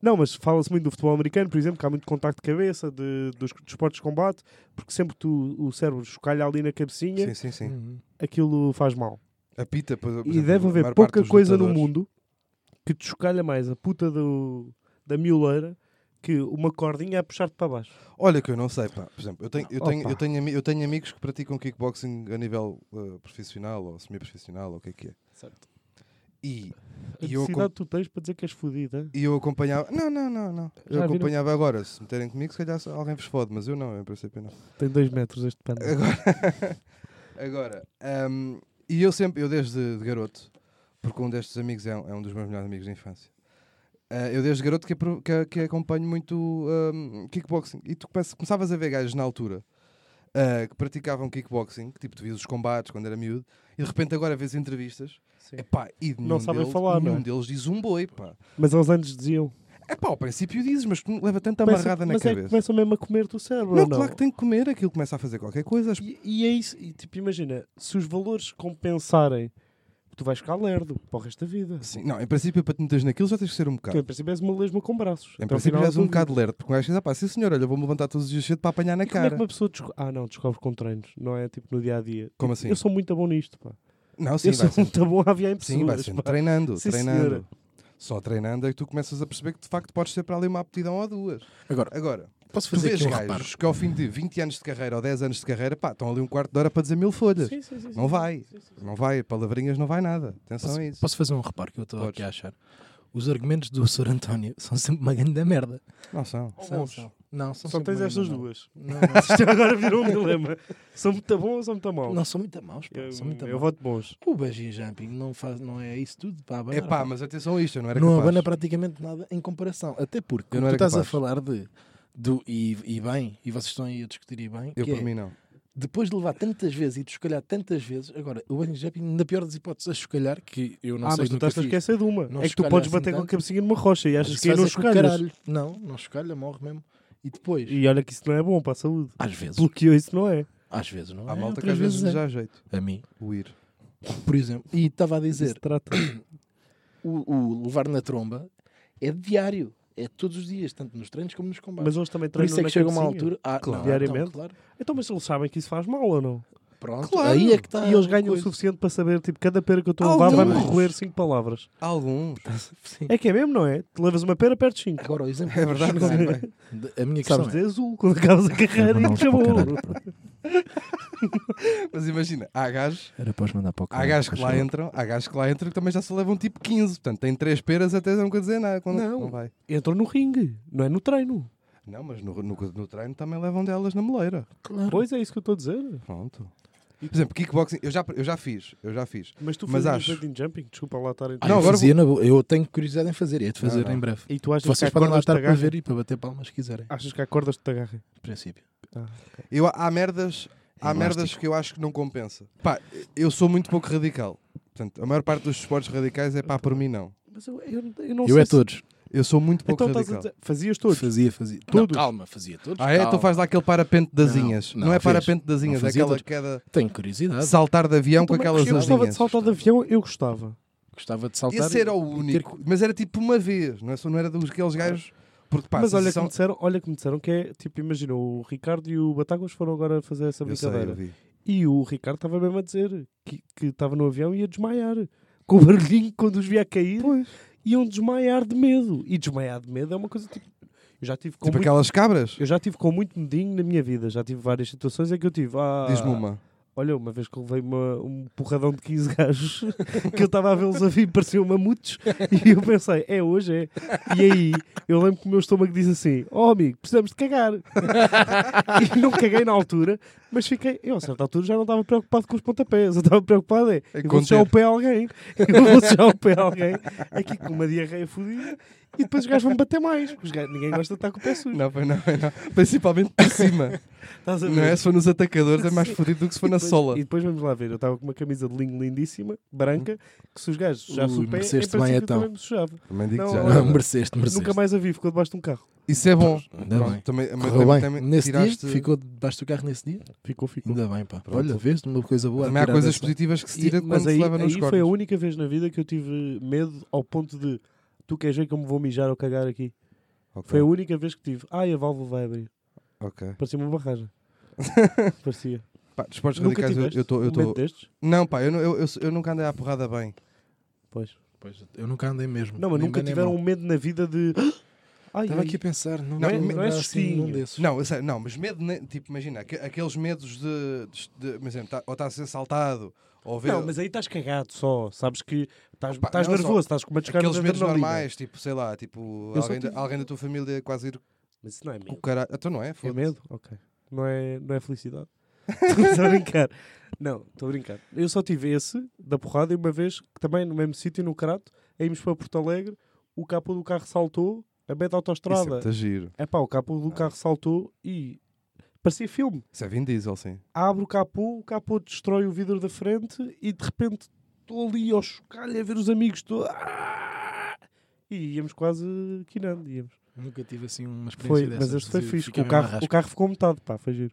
não, mas fala-se muito do futebol americano, por exemplo, que há muito contacto de cabeça de, dos desportos de combate, porque sempre que tu, o cérebro chocalha ali na cabecinha, Sim, sim, sim. Uhum. aquilo faz mal. A pita, por, por é E exemplo, deve a haver maior parte pouca dos coisa no lutadores. mundo que te chocalha mais a puta do, da mioleira que uma cordinha a puxar-te para baixo. Olha que eu não sei, pá. Por exemplo, eu tenho, eu tenho, Opa. eu tenho, ami- eu tenho amigos que praticam kickboxing a nível eh, profissional ou semi-profissional ou o que é que é. Certo. E, A e eu, necessidade acom- tu tens para dizer que és fodida. e eu acompanhava... Não, não, não, não. Eu Já viram? acompanhava agora. Se meterem comigo, se calhar só alguém vos fode, mas eu não, em princípio não. Tem dois metros este panda. É. Agora, agora hum, e eu sempre, eu desde de garoto, porque um destes amigos é, um- é um dos meus melhores amigos de infância, ah, eu desde garoto que, apro- que- que acompanho muito hum, kickboxing. E tu começa- começavas a ver gajos na altura ah, que praticavam kickboxing, que tipo, tu vias os combates quando era miúdo, e de repente agora vês entrevistas, epá, e nenhum, sabem deles, falar, nenhum não é? deles diz um boi, pá. Mas aos anos diziam. Epá, ao princípio dizes, mas tu leva tanta começa- Tá amarrada na mas é que cabeça. começam mesmo a comer do cérebro. não, ou não? claro que tem que comer, aquilo começa a fazer qualquer coisa, as E, e é isso. E tipo, imagina, se os valores compensarem, tu vais ficar lerdo para o resto da vida. Sim, Assim, não, em princípio, para te meteres naquilo, já tens que ser um Tu bocado. em princípio és uma lesma com braços. Em Até ao princípio, final já és da um vida. bocado lerdo, porque um gajo diz, ah pá, sim senhor, olha, eu vou-me levantar todos os dias cedo para apanhar na E como é que cara. uma pessoa desco- Ah, não, descobre com treinos. Não é tipo no dia a dia. Como assim? Eu sou muito bom nisto, pá. Não, sim, eu sou vai sendo, muito bom a aviar em pessoas. sim, vai um sendo pá. treinando, Sim, treinando. senhora. Só treinando é que tu começas a perceber que, de facto, podes ter para ali uma aptidão ou duas. Agora, Agora, posso tu fazer vês aqui um gajos reparo? que ao fim de 20 anos de carreira ou 10 anos de carreira, pá, estão ali um quarto de hora para dizer mil folhas. Sim, sim, sim, Não sim. vai. Não vai, palavrinhas não vai nada. Atenção Posso, a isso. posso fazer um reparo que eu estou Podes. aqui a achar? Os argumentos do Sr. António são sempre uma grande merda. Não são. Ou São, bons. são. Não, são Só sempre tens uma estas grande duas. merda. Não, Isto agora virou um dilema. São muito bons ou são muito maus? não, não, são muito maus. Pá, Eu, são muito Hum, eu maus. voto bons. O bungee jumping não, faz, não é isso tudo para abanar. É pá, mas atenção a isto, eu não era não capaz. abana praticamente nada em comparação. Até porque Eu não tu era estás capaz. a falar de. Do, e, e bem, e vocês estão aí a discutir e bem, Eu, que por é, mim, não. depois de levar tantas vezes e de escalhar tantas vezes, agora o bungee jumping, na pior das hipóteses, a escalhar, que eu não ah, sei mas se tu nunca estás a fiz. esquecer de uma. Não é que tu chocalhas podes assim bater com a tanto. cabecinha numa rocha e Mas achas isso que aí não faz é com o chocalhas. caralho. Não, não escalha, morre mesmo. E depois, E olha que isso não é bom para a saúde. às vezes, Bloqueou isso, não é? às vezes não é, Há malta que outras às vezes é. já há jeito. A mim, O ir. por exemplo, e estava a Isso se dizer, trata. o, o levar na tromba é diário, é todos os dias, tanto nos treinos como nos combates. Mas eles também por treinam isso é na que chega uma cabecinha. altura, ah, Claro. não, Diariamente. Então, claro. Então, mas eles sabem que isso faz mal ou não? Pronto, Claro. aí é que está. e eles a ganham coisa. o suficiente para saber, tipo, cada pera que eu estou a Ah, levar vai-me alguns. roer cinco palavras. Alguns. Sim. É que é mesmo, não é? Tu levas uma pera, perdes cinco. Agora, o exemplo. É verdade, Desculpa, sim, é? A minha questão Sabes de azul quando acabas a carreira e acabou. Mas imagina, há gajos, Era para os mandar para o há gajos que lá entram, há gajos que lá entram que também já se levam tipo 15. Portanto, tem três peras até não quer dizer nada. Quando Não. não vai. Entram no ringue, não é no treino. Não, mas no, no, no treino também levam delas na moleira. Claro. Pois é isso que eu estou a dizer. Pronto. Por exemplo, kickboxing, eu já, eu já fiz, eu já fiz. Mas tu Mas fazias acho- bungee jumping? Desculpa lá estar a Ah, Não, eu, agora fazia na boa. eu tenho curiosidade em fazer, e é de fazer Não, não. em breve. E tu achas Vocês que há podem lá cordas que estar te para agarrem? ver e para bater palmas se quiserem, Achas que há cordas que te agarrem? a princípio. Eu, há merdas, há Elástico. merdas que eu acho que não compensa. Pá, eu sou muito pouco radical. Portanto, a maior parte dos esportes radicais é pá, por mim não. Mas eu, eu, eu não Eu sei é se- todos. Eu sou muito pouco Então estás a radical. dizer, fazias todos? Fazia, fazia. Não, Todos? calma, fazia todos. Ah é? Então calma. faz lá aquele parapente das Não, inhas. Não, não, é fiz. parapente das Não inhas, é fazia aquela todos. queda... Tenho curiosidade. Saltar de avião Então, com mas aquelas Eu gostava de asinhas. saltar de avião, eu gostava. Gostava de saltar. Esse era o e- e ter único. Mas era tipo uma vez, não, é? Só não era dos aqueles gajos. Porque pá, mas se olha que, são... me disseram, olha que me disseram que é, tipo, imagina, o Ricardo e o Batáguas foram agora fazer essa eu sei, brincadeira. eu vi. E o Ricardo estava mesmo a dizer que que estava no avião e ia desmaiar. Com o barulhinho, quando os via cair, iam desmaiar de medo. E desmaiar de medo é uma coisa tipo. Eu já tive com, Tipo muito, aquelas cabras? eu já tive com muito medinho na minha vida. Já tive várias situações em que eu tive. Ah, Diz-me uma. Olha, uma vez que levei uma- um porradão de 15 gajos, que eu estava a vê-los a vir, pareciam mamutes, e eu pensei, é hoje, é. E aí, eu lembro que o meu estômago diz assim, oh amigo, precisamos de cagar. e não caguei na altura, mas fiquei, eu a certa altura já não estava preocupado com os pontapés, eu estava preocupado é, eu vou conter. deixar o pé a alguém, eu vou deixar o pé a alguém, aqui com uma diarreia fodida, e depois os gajos vão bater mais, porque os gajos- ninguém gosta de estar com o pé sujo. Não, foi não, foi não. Principalmente por cima. Estás a Não ver? é? Se for nos atacadores é mais fodido do que se for E na depois- sola. E depois vamos lá ver. Eu estava com uma camisa de linho lindíssima, branca, que se os gajos sujassem Ui, o pé, eu mereceste pensei bem, que eu então. também me sujava. Também digo-te já. Não, mereceste, mereceste. Nunca mais a vi, ficou debaixo de um carro. Isso é bom. Ainda Pronto, bem. também, mas Correu bem. também- também nesse tiraste- dia, ficou debaixo do carro nesse dia? Ficou, ficou. Ainda bem, pá. Pronto. Olha, vês uma coisa boa. a Também há tirar coisas dessa. positivas que se E- tira de quando Mas se aí, leva nos aí cornos. foi a única vez na vida que eu tive medo ao ponto de tu queres ver como vou mijar ou cagar aqui. Ok, Foi a única vez que tive. Ai, a válvula vai abrir. ok. Parecia uma barragem. Parecia. Pá, desportos Nunca radicais eu- tiveste eu estou... um medo destes? Não, pá, eu, não- eu, eu, eu nunca andei à porrada bem. Pois. Pois, eu nunca andei mesmo. Não, mas Nem nunca bem, nem tiveram mal. um medo na vida de... Ai, Estava ai, aqui a pensar. Não, Não, estou não a é lembrar, assim, sustinho. um desses. Não, eu sei, não, mas medo, ne- tipo, imagina, aque- aqueles medos de, de, de- por exemplo, tá- ou está a ser saltado, ou ver Não, mas aí estás cagado só. Sabes que estás Opa, estás não só. nervoso, estás com uma descarga aqueles de medos adrenalina. normais, tipo, sei lá, tipo, Eu só alguém, da- tive- alguém da tua família quase ir Mas isso não é com o medo. caralho. Então não é? É foda-se. medo? Ok. Não é, não é felicidade? Estou a brincar. Não, estou a brincar. Eu só tive esse, da porrada, e uma vez, que também no mesmo sítio, no Crato, aí ímos para Porto Alegre, o capô do carro saltou, a beta Isso é autostrada. muito Ah. giro. É pá, o capô do carro saltou e parecia filme. Isso é Vin Diesel, sim. Abre o capô, o capô destrói o vidro da frente e de repente estou ali ao chocalho a ver os amigos. Tô... Ah! E íamos quase quinando, íamos. Nunca tive assim uma Foi, experiência dessas. mas este foi Eu fixe. fiquei O mesmo à carro, rasca. o carro ficou metade, pá, foi giro.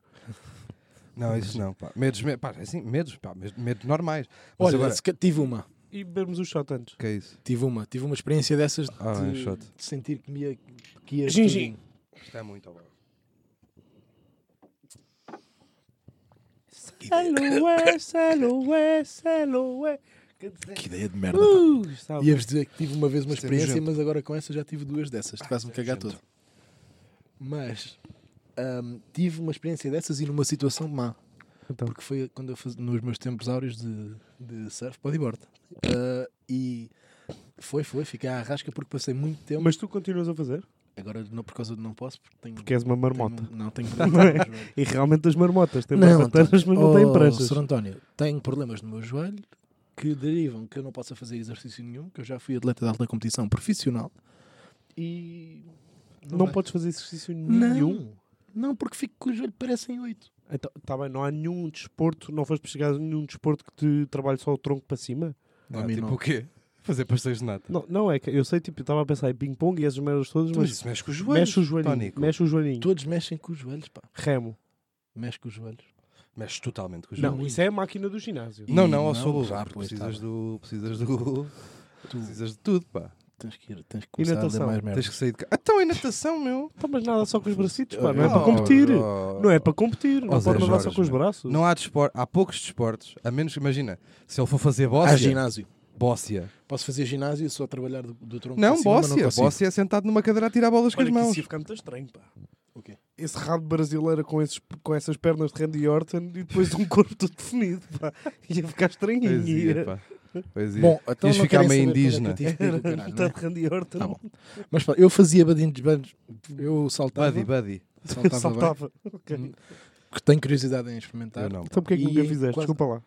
Não, isso não, pá. Medos, me- pá, assim, medos, pá, mes- medos normais. Mas Olha, agora- se ca- tive uma. E bebemos os shot antes. Que é isso? Tive uma. Tive uma experiência dessas de, Ah, é shot. de sentir que me ia... Que ia Gingim. tudo. Isto é muito bom. Saloué, saloué, saloué. Que ideia de merda. pá. Uh, sabe? Ia-vos dizer que tive uma vez uma Isto é experiência, nojento. mas agora com essa já tive duas dessas. Te faz-me cagar todo. Mas hum, tive uma experiência dessas e numa situação má. Então, Porque foi quando eu fazia nos meus tempos áureos de, de surf bodyboard. Ah, e foi, foi, fiquei à rasca porque passei muito tempo. mas tu continuas a fazer? Agora não por causa de não posso, porque tenho. Porque és uma tenho- então, marmota. não tenho Não é? problemas. E realmente as marmotas têm batatas, mas não oh, têm pranchas. Sr. António, tenho problemas no meu joelho que derivam que eu não possa fazer exercício nenhum, que eu já fui atleta de alta competição profissional e Não, vai. podes fazer exercício nenhum. é. Não, não, porque fico com o joelho parecem oito. Ah, Então, tá bem, não há nenhum desporto, não foste pesquisar nenhum desporto que te trabalhe só o tronco para cima? Não, a mim tipo não. o quê? Fazer pastéis de nata. Então, Não, não é que eu sei, tipo, eu estava a pensar em ping-pong e essas merdas todas, Mas mas isso mexe com os joelhos. mexe o joelhinho, um Tónico. mexe o joelhinho, Todos mexem com os joelhos, pá. remo. Mexe com os joelhos. Mexe totalmente com os Não, joelhos. isso é a máquina do ginásio. Não, E não, ao não, solo. já, porque pois, tá precisas bem. do. Precisas do. Tu Precisas de tudo, pá. tens que ir, tens que começar a ler natação? mais merda. Tens que sair de casa. Então é natação, meu. Ah. Então, mas nada só com os bracitos, pá, não é Oh, para competir. oh, Não é para competir, não Oh, Zé pode nadar só Jorge, com os meu. braços. Não há desporto. Há poucos desportos. A menos que, imagina, se ele for fazer Ah, bóssia. ginásio. Bóssia. Posso fazer ginásio e só trabalhar do, do tronco para Não, cima, mas bóssia. consigo. Bóssia é sentado numa cadeira a tirar bolas com Olha as que mãos. isso ia ficar muito estranho, pá. O quê? Esse rabo brasileiro com, esses, com essas pernas de Randy Orton e depois um corpo todo definido, pá. Ia ficar estranhinho. Pois ia, Ia. pá. Pois ia. Bom, então Ias não ficar querem meio saber quando é que eu indígena. tive que ir do caralho, não Metade é? de Randy Orton. Tá bom. Mas pronto, eu fazia badinhos, badinhos eu saltava, Buddy, buddy. Eu saltava, saltava. bem, Ok. que tenho curiosidade em experimentar. Eu não. Então porquê é que E nunca em fizeste? quase- Desculpa lá.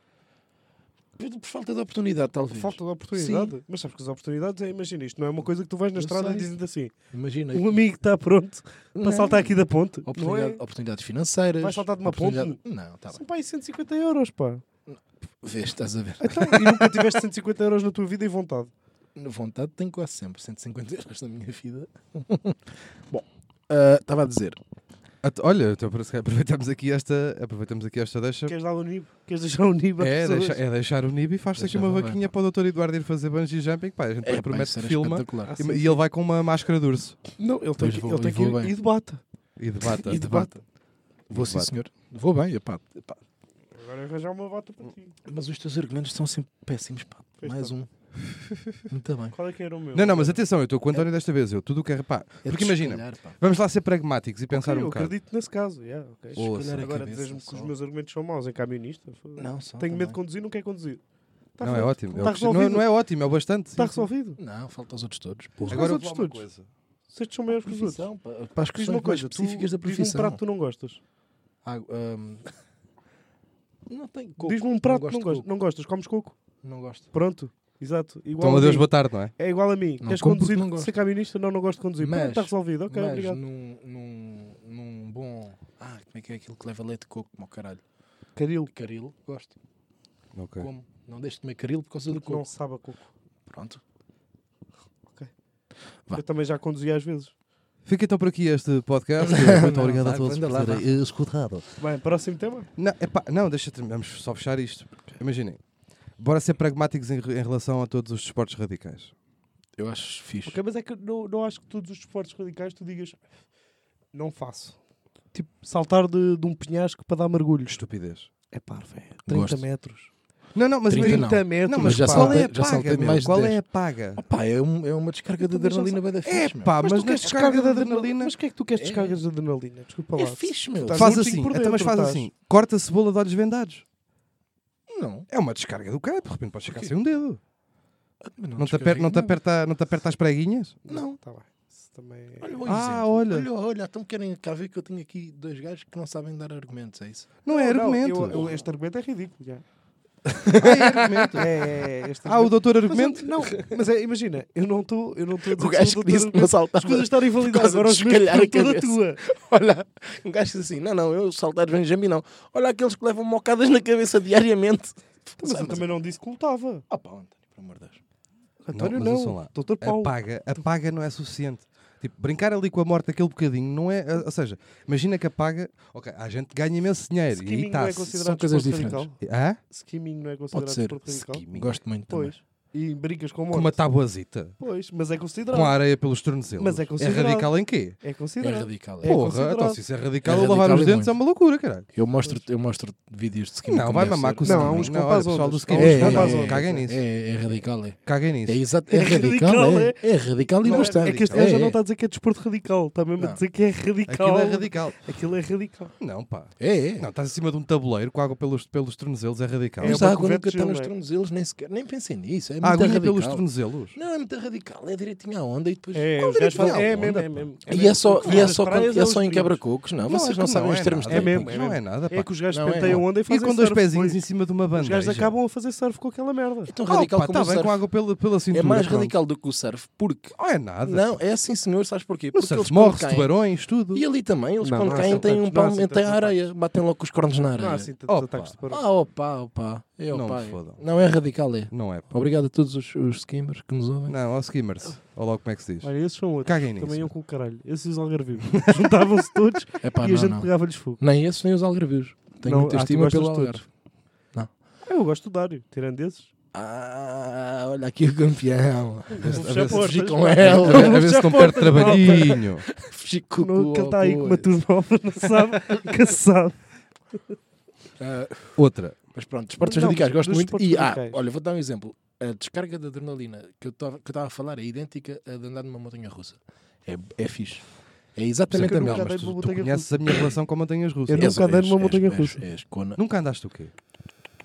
Por, por falta de oportunidade, talvez. Falta de oportunidade. Mas sabes que as oportunidades é, imagina isto, não é uma coisa que tu vais na Eu estrada e sei. dizes assim: Imagina. um amigo está pronto para Não. saltar aqui da ponte. Não Oportunidade- é? Oportunidades financeiras. Vais saltar de uma oportunidade- Não, está São bem. para aí 150 euros, pá. Vês, estás a ver. Então, e nunca tiveste 150 euros na tua vida e vontade. Na vontade tenho quase sempre 150 euros na minha vida. Bom, ah, estava a dizer. At- Olha, então, por isso que aproveitamos aqui esta, aproveitamos aqui esta deixa. é Queres dar o NIB? Queres deixar o NIB às É, pessoas? deixa- é deixar o Nibi e faz-se aqui Deixa uma lá, vai, vaquinha pá. para o Dr. Eduardo ir fazer bungee jumping. Pá, a gente depois É, pá, promete isso que era filma Ah, espetacular. e, e ele vai com uma máscara de urso Não, ele tem Pois que, vou- ele tem e que vou ir bem. Tá, e debate. e debata. E debate. Vou sim, Debate. senhor. Vou bem, epá. Epá, Agora arranjar uma bota para ti. Mas os teus argumentos são sempre péssimos, pá. Pois Mais está. um. Muito bem. Qual é que era o meu? Não, não, mas atenção, eu estou com o António desta vez. Eu tudo o que é repá. É Porque de imagina, espalhar, pá. Vamos lá ser pragmáticos e pensar Ok, um eu bocado. acredito nesse caso. yeah, ok. Ou- Ouça. Espalhar a Agora cabeça, dizes-me que os é só. meus argumentos são maus em camionista. Foda-se. Não, só Tenho medo de também. conduzir, não quero conduzir. Tá Não é feito. ótimo. É Tá o que- não, é, resolvido. não é ótimo, é o bastante. Está resolvido. Não, falta os outros todos. Porra. Agora- Agora Os outros todos. Se estes são maiores que os outros. profissão, pá, para as Diz questões uma coisa, mais tu específicas da diz-me um profissão. prato que tu não gostas. Ah, hum, Não tem coco. Diz-me um prato não que não, gosto de gostas. Não gostas, comes coco. coco. Não gosto. Pronto, exato. Igual Então, a adeus, mim. boa tarde, não é? É igual a mim. Não, Queres como porque conduzir? não gosto. Ser camionista? Não, não gosto de conduzir. Mas- Pronto, está resolvido. Ok, Mas obrigado. num, num, num bom. Ah, como é que é aquilo que leva leite de coco, como o caralho? Caril. Caril, gosto. Ok. Como? Não deixes de comer caril por causa do Porque não coco. sabe a coco. Pronto. Vá. Eu também já conduzi às vezes. Fica então por aqui este podcast. Muito obrigado a todos por terem escutado. Bem, próximo tema. Não, epá, não deixa vamos só fechar isto. Imaginem. Bora ser pragmáticos em, re- em relação a todos os desportos radicais. Eu acho fixe. Ok, mas é que não, não acho que todos os esportes radicais tu digas não faço. Tipo, saltar de, de um penhasco para dar mergulhos. Estupidez. É parvo, é. 30 Gosto. metros. Não, não, mas 30 imagina- não. metros. Não, mas já pá, qual saltei- é a já paga, saltei meu? mais de Qual 10. é a paga? Opá, é, um- é uma descarga de Então, mas já adrenalina bem da fixe. É meu. pá, Ah, Mas, mas, tu na queres descarga de adrenalina... Mas o que é que tu queres É. descargas de adrenalina? Desculpa lá. É fixe, meu. Estás- Faz Mas assim, por então, mas dentro, faz estás. assim. Corta a cebola de olhos vendados. Não. É uma descarga do caralho. De repente pode chegar sem um dedo. Mas Não te descarrega aper- não te nada. aperta não te aperta as preguinhas? Não. Tá bem. Isso também é- Olha, um Ah, exemplo. olha. olha, olha, então querem cá ver que eu tenho aqui dois gajos que não sabem dar argumentos, é isso? Não é Não, argumento. eu- eu- este argumento é ridículo. já. Ah, é argumento. É, é, é, este Ah, o argumento- doutor Mas eu- argumento? Não, mas é, imagina, eu não estou eu não estou a dizer O gajo sou que disse que não doutor argumento. As saltava coisas estão por invalidadas causa agora de os meus escalhar por a toda a cabeça. tua. Olha, um gajo diz assim: não, não, eu saltar Benjamin não. Olha aqueles que levam mocadas na cabeça diariamente. Mas eu também não disse que lutava. Ah, pá, António, pelo amor de Deus. António mas ouçam não, lá. doutor A Paulo. paga, a paga não é suficiente. Tipo, brincar ali com a morte aquele bocadinho não é. Ou seja, imagina que a paga. Ok, a gente que ganha imenso dinheiro. E Skimming está. não é são considerado coisas desporto radical? Hã? Skimming não é considerado Pode ser. desporto radical? Skimming. Gosto muito também. Pois. E brincas com Com uma morte. tabuazita. Pois, mas é considerado. Com a areia pelos tornozelos. Mas é é considerado. radical em quê? É É considerado. radical. é. É Porra, considerado. então se isso é radical, É eu lavar radical os e dentes é muito. uma loucura, caralho. Eu mostro, eu mostro vídeos de skin. Não, vai mamar com o Não, há skimming. uns Não, com olha, pás pessoal do ondas. skimming. É, não, não, é, não, é, Caguem nisso. um É, é radical, é. Caguem nisso. É, exato, É é radical, radical, é. É radical e Não, bastante. é que este É, gajo já não é. está a dizer que é desporto radical, está mesmo a Não. dizer que é radical. Aquilo é radical. Aquilo é radical. Não, pá. É, é. Não, estás acima de um tabuleiro com água pelos, pelos tornozelos, é radical. É Mas uma a água cuvete nunca de está gelo, nos é. tornozelos, nem sequer. Nem pensei nisso. É a muito aguinha pelos radical. tornozelos. Não, é muito radical. É direitinho à onda e depois. É, Qual os gajos direitinho fazem- à é onda, mesmo, pá? é mesmo. E é só, Porque e é nas só, praias e é eles só em brincam. quebra-cocos? Não, é vocês que não sabem não os é termos nada. É técnicos. mesmo, Não é nada, pá. É que os gajos Não é. penteiam onda e E fazem com dois surf, pezinhos pois. em cima de uma banda. Os gajos acabam a fazer surf com aquela merda. É tão radical como tá o bem, com surf. água pela, pela cintura. É mais pronto. radical do que o surf, porque. Não é nada. Não, é assim, senhor, sabes porquê? No Porque surf quando morre-se, caem- tubarões, tudo. E ali também, eles Não, quando não há caem assim têm um tantos, não há pau, assim têm tantos a areia, batem logo com os cornos na Não há areia. assim tantos Opa. ataques de tubarão. Ah, opá, opá. É Não opá. me fodam. é. Não é radical, é. Não é. pá. Obrigado a todos os, os skimmers que nos ouvem. Não, ó skimmers. Olha logo como é que se diz. Olha, esses são outros. Caguem Também nisso. iam com o caralho. Esses os algarvios. Juntavam-se todos É pá, e a não, gente não. pegava-lhes fogo. Nem esse, nem os algarvios. Tenho Não, muita ah, tu estima gostas pelo de todos. algarve. Não. Ah, eu gosto do Dário, tirando esses. Ah, olha aqui o campeão. Vou a fechar ver se portas, Fugi pá. com ela. A ver se não perde trabalhinho. Fugi com No, o que ele está aí com uma coisa. turnofa, não sabe? que sabe. Ah, Outra. Mas pronto, esportes Não, radicais mas gosto dos muito. esportes E, ah, radicais. olha, vou dar um exemplo. A descarga de adrenalina que eu estava a falar é idêntica a de andar numa montanha russa. É, é fixe. É exatamente Eu a nunca mesma. andei mas numa tu- Tu montanha conheces a minha relação com montanhas Eu russas. nunca andei numa montanha és- russa. és cona. Nunca andaste o quê?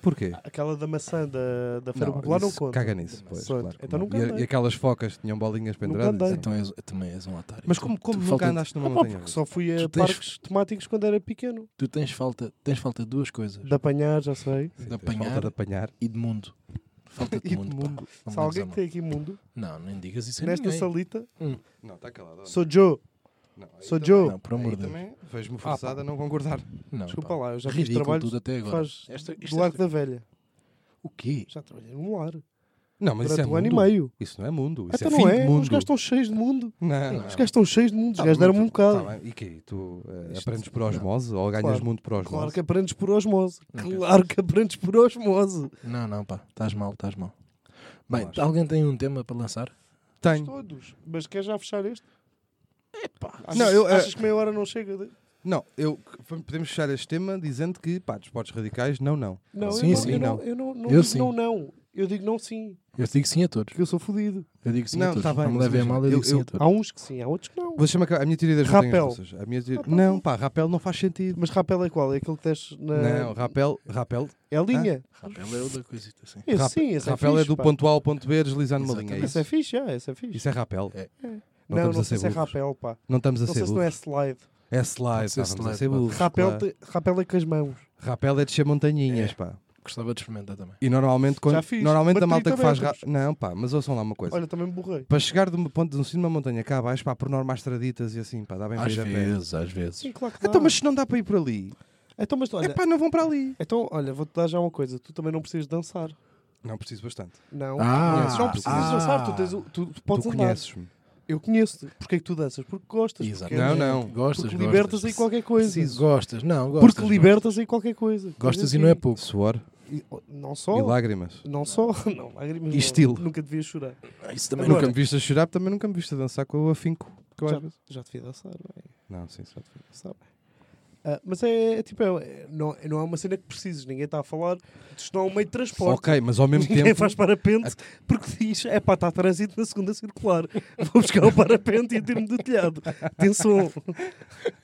Porquê? Aquela da maçã da, da Feira Não, Popular Ah, não Isso, conta. Caga nisso. Pois, Pronto. claro que Então não. nunca E a- e, andei. aquelas focas que tinham bolinhas penduradas. andei. isso Então és, também és um otário. Mas como, como Tu nunca falta- andaste numa Ah, pá, montanha porque russa? só fui a Tu tens- parques temáticos quando era pequeno. Tu tens falta, tens falta de duas coisas. De apanhar, já sei. Sim, de tens apanhar. Falta de apanhar. E de mundo. Falta E de de mundo, pá. mundo. Não Se me alguém lembres a tem aqui mundo, mão. Não, nem digas isso a nesta ninguém. salita, Não, está calado. olha. sou Joe. Não, aí sou também- Joe. Ah, Não, por amor aí de Deus. também Vejo-me forçado a não concordar. Não, Desculpa pá. lá, eu já fiz Ridículo trabalhos tudo até agora. faz Esta- isto do é- Largo da Velha. O quê? Já trabalhei num lar. Não, mas isso é Durante um mundo. ano e meio. Isso não é mundo. Isso Até é não fim é? de Os mundo. gajos estão cheios de mundo. Não, Os não. gajos estão cheios de mundo. Os Tá gajos bem, deram-me um tá bocado. bem. E que tu eh, Isto- aprendes por osmose ou ganhas Claro. mundo por osmose? Claro que é aprendes por osmose. Não quero Claro que aprendes por osmose. Não, não, pá. Estás mal, estás mal. Bem, acho. alguém tem um tema para lançar? Tenho. Todos. Mas quer já fechar este? Achas, Não, eu, eh, achas que meia hora não chega? de- Não, eu, podemos fechar este tema dizendo que, pá, desportos radicais, não, não. Não, Sim, eu, sim, não, não. eu não. Eu não, não Eu digo sim. não, não. Eu digo não sim. Eu digo sim a todos. Porque eu sou fodido. Eu digo sim a Não, todos. tá bem, não me mas levem a imagina, mal, eu digo eu- sim eu- a todos. Há uns que sim, há outros que não. Vou chamar a minha teoria das Rapel. montanhas russas. A minha teoria... Não, pá, rapel não faz sentido. Mas rapel é qual? É aquele que desce na. Não, rapel, rapel, É a linha. Rapel é outra coisita, sim. Esse rap- sim, esse rapel é, é, fixe, do pá. ponto A ao ponto B deslizar numa linha. Exatamente. é Isso é Isso, fixe, já, esse é fixe. isso é rapel. É. Não não, estamos não a sei ser se é burros. rapel, pá. Não estamos a Não sei ser se não é burros. slide. É slide, Pode ser pá, vamos a slide, ser pá. burros. Rapel, claro. te- rapel é com as mãos. Rapel é descer montanhinhas, É. pá. Gostava de experimentar também. E normalmente, quando, Já fiz, normalmente a mas malta que 30 faz... ra- metros. Não, pá, mas ouçam lá uma coisa. Olha, também borrei. Para chegar de um ponto de um sino de uma montanha cá abaixo, pá, por normas traditas e assim, pá, dá bem para Às ir a pé. vezes, às vezes. Sim, claro que dá. Então, mas se não dá para ir por ali, Então, mas é olha, pá, não vão para ali. então, olha vou-te dar já uma coisa. Tu também não precisas dançar. Não, preciso bastante. Não. Ah, Conheces, não precisas ah. dançar. Tu, tens, o- tu, tu podes tu andar. conheces-me. Eu conheço-te. Porque é que tu danças? Porque gostas. Porque, Não, não. Gostas, porque gostas. libertas aí qualquer coisa. Preciso. Gostas, não, gostas. Porque não. libertas aí qualquer coisa. Gostas Coisas e não é assim. pouco. Suor E, oh, não e só. lágrimas. Não só. Não, lágrimas. não. estilo. Nunca devias chorar. Ah, Isso também Nunca Agora- me viste a chorar, também nunca me viste a dançar com o afinco. que eu Já, às vezes- já devia dançar, não é? Não, sim, certo. Sabe? Ah, mas é, é tipo, é- é- não, não é uma cena que precisas, ninguém está a falar, isto não é um meio de transporte. Ok, mas ao mesmo Ninguém tempo. faz parapente porque diz: é pá, está trânsito na segunda circular. Vou buscar o parapente e atiro-me do telhado. Atenção.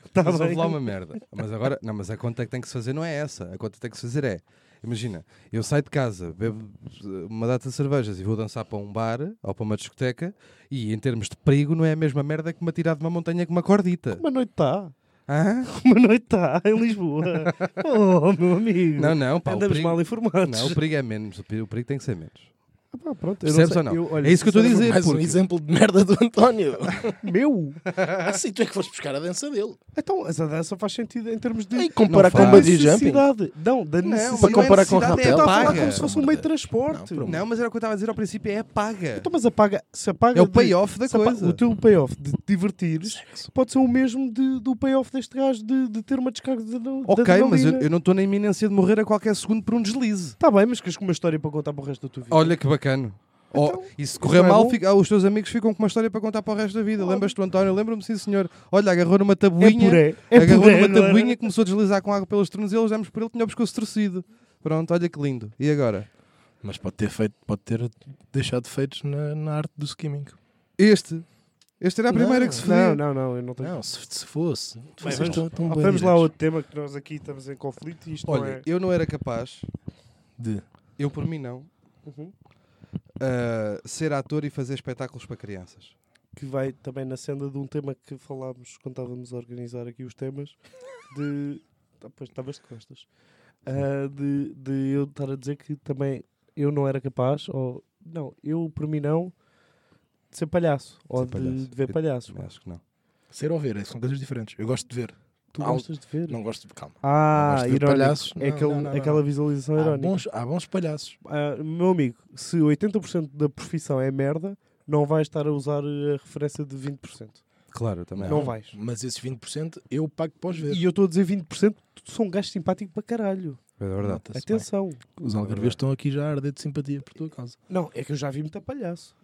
Está Mas houve bem. lá uma merda. Mas agora, não, mas a conta que tem que se fazer não é essa. A conta que tem que se fazer é. Imagina, eu saio de casa, bebo eh, uma data de cervejas e vou dançar para um bar ou para uma discoteca e em termos de perigo não é a mesma merda que me atirar de uma montanha com uma cordita. Uma noite está. Hã? Uma noite está em Lisboa. Oh, meu amigo. Não, não, pá, o Andamos perigo, mal informados. não, o perigo é menos, o perigo, o perigo tem que ser menos. Ah, pá, pronto, eu Percebes sei- ou não? eu- olha, é isso que eu estou a dizer. Mais um porque- exemplo de merda do António. Meu. assim tu é que foste buscar a dança dele. Então, essa dança faz sentido em termos de. E comparar Não com faz. o bungee jumping. necessidade. Não, da Não, necessidade. Para comparar com o necessidade, Eu estava rapel. a falar é paga. como se fosse um meio de transporte. Não, por Não, mas era o que eu estava a dizer ao princípio, é paga. Então, mas apaga, se apaga É o de- payoff da se apa- coisa. O teu payoff de te divertires pode ser o mesmo de- do payoff deste gajo de, de ter uma descarga de, de Ok, mas eu, eu não estou na iminência de morrer a qualquer segundo por um deslize. Está Tá bem, mas queres com uma história para contar para o resto da tua vida? É Olha que bacana. Então, Oh, e se correr não é mal, bom? fica- ah, os teus amigos ficam com uma história para contar para o resto da vida. Claro. Lembras-te do António? Lembro-me, sim, senhor. Olha, agarrou numa é tabuinha. puré. É agarrou puré, numa não era? tabuinha, começou a deslizar com água pelos tornozelos, demos por ele, tinha o pescoço torcido. Pronto, olha que lindo. E agora? Mas pode ter feito, pode ter deixado feitos na, na arte do skimming. Este. Este era a Não, primeira que se Não, fodia. não, não, eu não tenho. Não, se, se fosse. Bem, Vocês vamos- estão tão um Ah, bem vamos lá a direitos. outro tema que nós aqui estamos em conflito e isto não Olha, é. eu não era capaz, De. eu por mim não, Uhum. ah, ser ator e fazer espetáculos para crianças. Que vai também na senda de um tema que falámos quando estávamos a organizar aqui os temas. De. Ah, pois, estavas de costas. Ah, de, de eu estar a dizer que também eu não era capaz, ou. Não, eu por mim não. De ser palhaço, ou de, palhaço. de ver Eu- palhaço. Acho que não. Ser ou ver, é, são coisas diferentes. Eu gosto de ver. Tu Algo- gostas de ver? um Não gosto de. Calma. não Ah, gosto de ver irónico. palhaços. É Não, aquele, não, não, aquela visualização Há irónica. bons, há bons palhaços. Ah, meu amigo, se 80% da profissão é merda, não vais estar a usar a referência de 20%. Claro, eu também. Não vais. Mas esses 20% eu pago para os ver. E eu estou a dizer 20%, tu sou um gajo simpático para caralho. É verdade. Nota-se bem. Atenção. Os algarvios estão aqui já a arder de simpatia por tua causa. Não, é que eu já vi muita palhaço.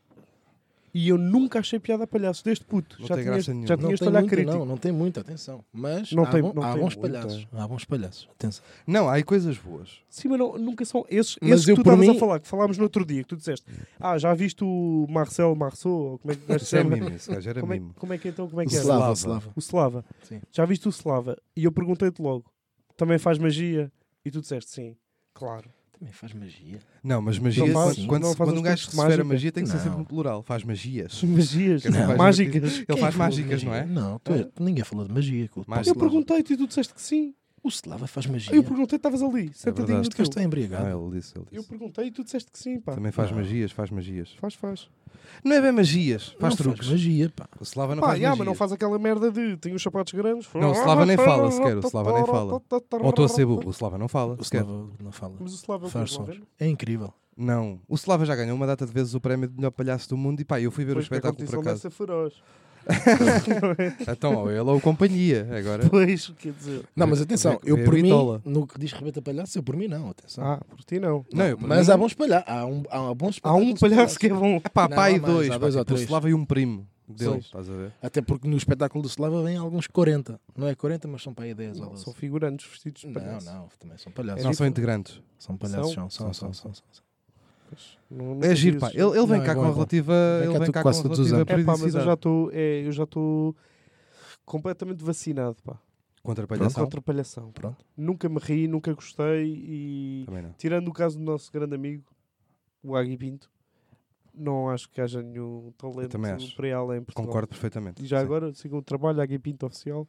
E eu nunca achei piada a palhaço, desde puto. Não já tem tinha, graça nenhuma. já Não tinha este tem, olhar muita, crítico. não, não tem muita, atenção. Mas Não há, tem- bom- não há tem bons muita. palhaços. Há bons palhaços, atenção. Não, há aí coisas boas. Sim, mas não, nunca são. Esses, Mas esses eu, que tu por estavas a mim- falar, que falámos no outro dia, que tu disseste, ah, já viste o Marcel Marceau, ou como é que o gajo se Isso é chama? mimo, esse gajo era Como é, mimo. como é que então, como é O que era? Slava, o Slava. Slava. O Slava. Sim. Já viste o Slava? E eu perguntei-te logo: também faz magia? E tu disseste sim, claro. Também faz magia. Não, mas magia, Não faz- quando, quando, não faz quando um os gajo truques de receber a mágica. magia tem que ser Não. sempre no plural. Faz magias. Magias, Quer dizer, faz mágicas. Ele faz Quem mágicas, não falou é? de magia? Não, tu é- ninguém falou de magia. que o Mas- Paulo Eu Slava- perguntei-te e tu disseste que sim. O Slava faz magia. Eu perguntei, estavas ali, sentadinho É verdade. no Este gajo teu. está embriagado. Não, Ah, ele disse, ele Eu disse. perguntei e tu disseste que sim, pá. Também faz Não. magias, faz magias. Faz, faz. Não é bem magias, faz Não truques. magia, pá. O Slava não Pá, faz já, magia. mas não faz aquela merda de tenho os sapatos grandes. Não, o Slava nem fala sequer, o Slava nem fala. Ou estou a ser burro, o Slava não fala. O sequer. Slava não fala. Mas o Slava é o Faz quê? O sons. Slava? É incrível. Não. O Slava já ganhou uma data de vezes o prémio de melhor palhaço do mundo e pá, eu fui ver Pois, o porque a espetáculo por competição deve acaso. ser feroz. Então, ou ele ou a companhia, agora. Pois, quer dizer. Não, mas é atenção, Vê- eu vê a por mim, bitola. no que diz rebenta palhaço, eu por mim não, atenção. Ah, por ti não. Não, eu por mas mim- há bons palhaços, há, um, há bons Há um espetáculos de palhaço que é bom. É pá, Não, pai há mais, dois, há pá, dois ou tipo, o três. Slava e um primo dele, Sim. estás a ver? Até porque no espetáculo do Slava vêm alguns 40. Não é 40, mas são para aí 10 ou Não, 12. São figurantes vestidos de Não, palhaço. não, também são palhaços. não são diferente. integrantes. São palhaços, São? É são, são, São, são, são. são, são. Não- não É sabia giro, pá. isso. Ele, ele vem um Não, é cá bom, com é bom. relativa. Vem Ele cá vem tu cá com quase todos os relativa anos. É pá, mas eu já periodicidade. estou é, eu já estou completamente vacinado, pá. Contra a palhação? Contra a palhação. Pronto. Nunca me ri, nunca gostei e Também não. tirando o caso do nosso grande amigo, o Agui Pinto, não acho que haja nenhum talento também acho. para ir além em Portugal. Concordo perfeitamente. E já é Sim. agora sigam o trabalho Agui Pinto Oficial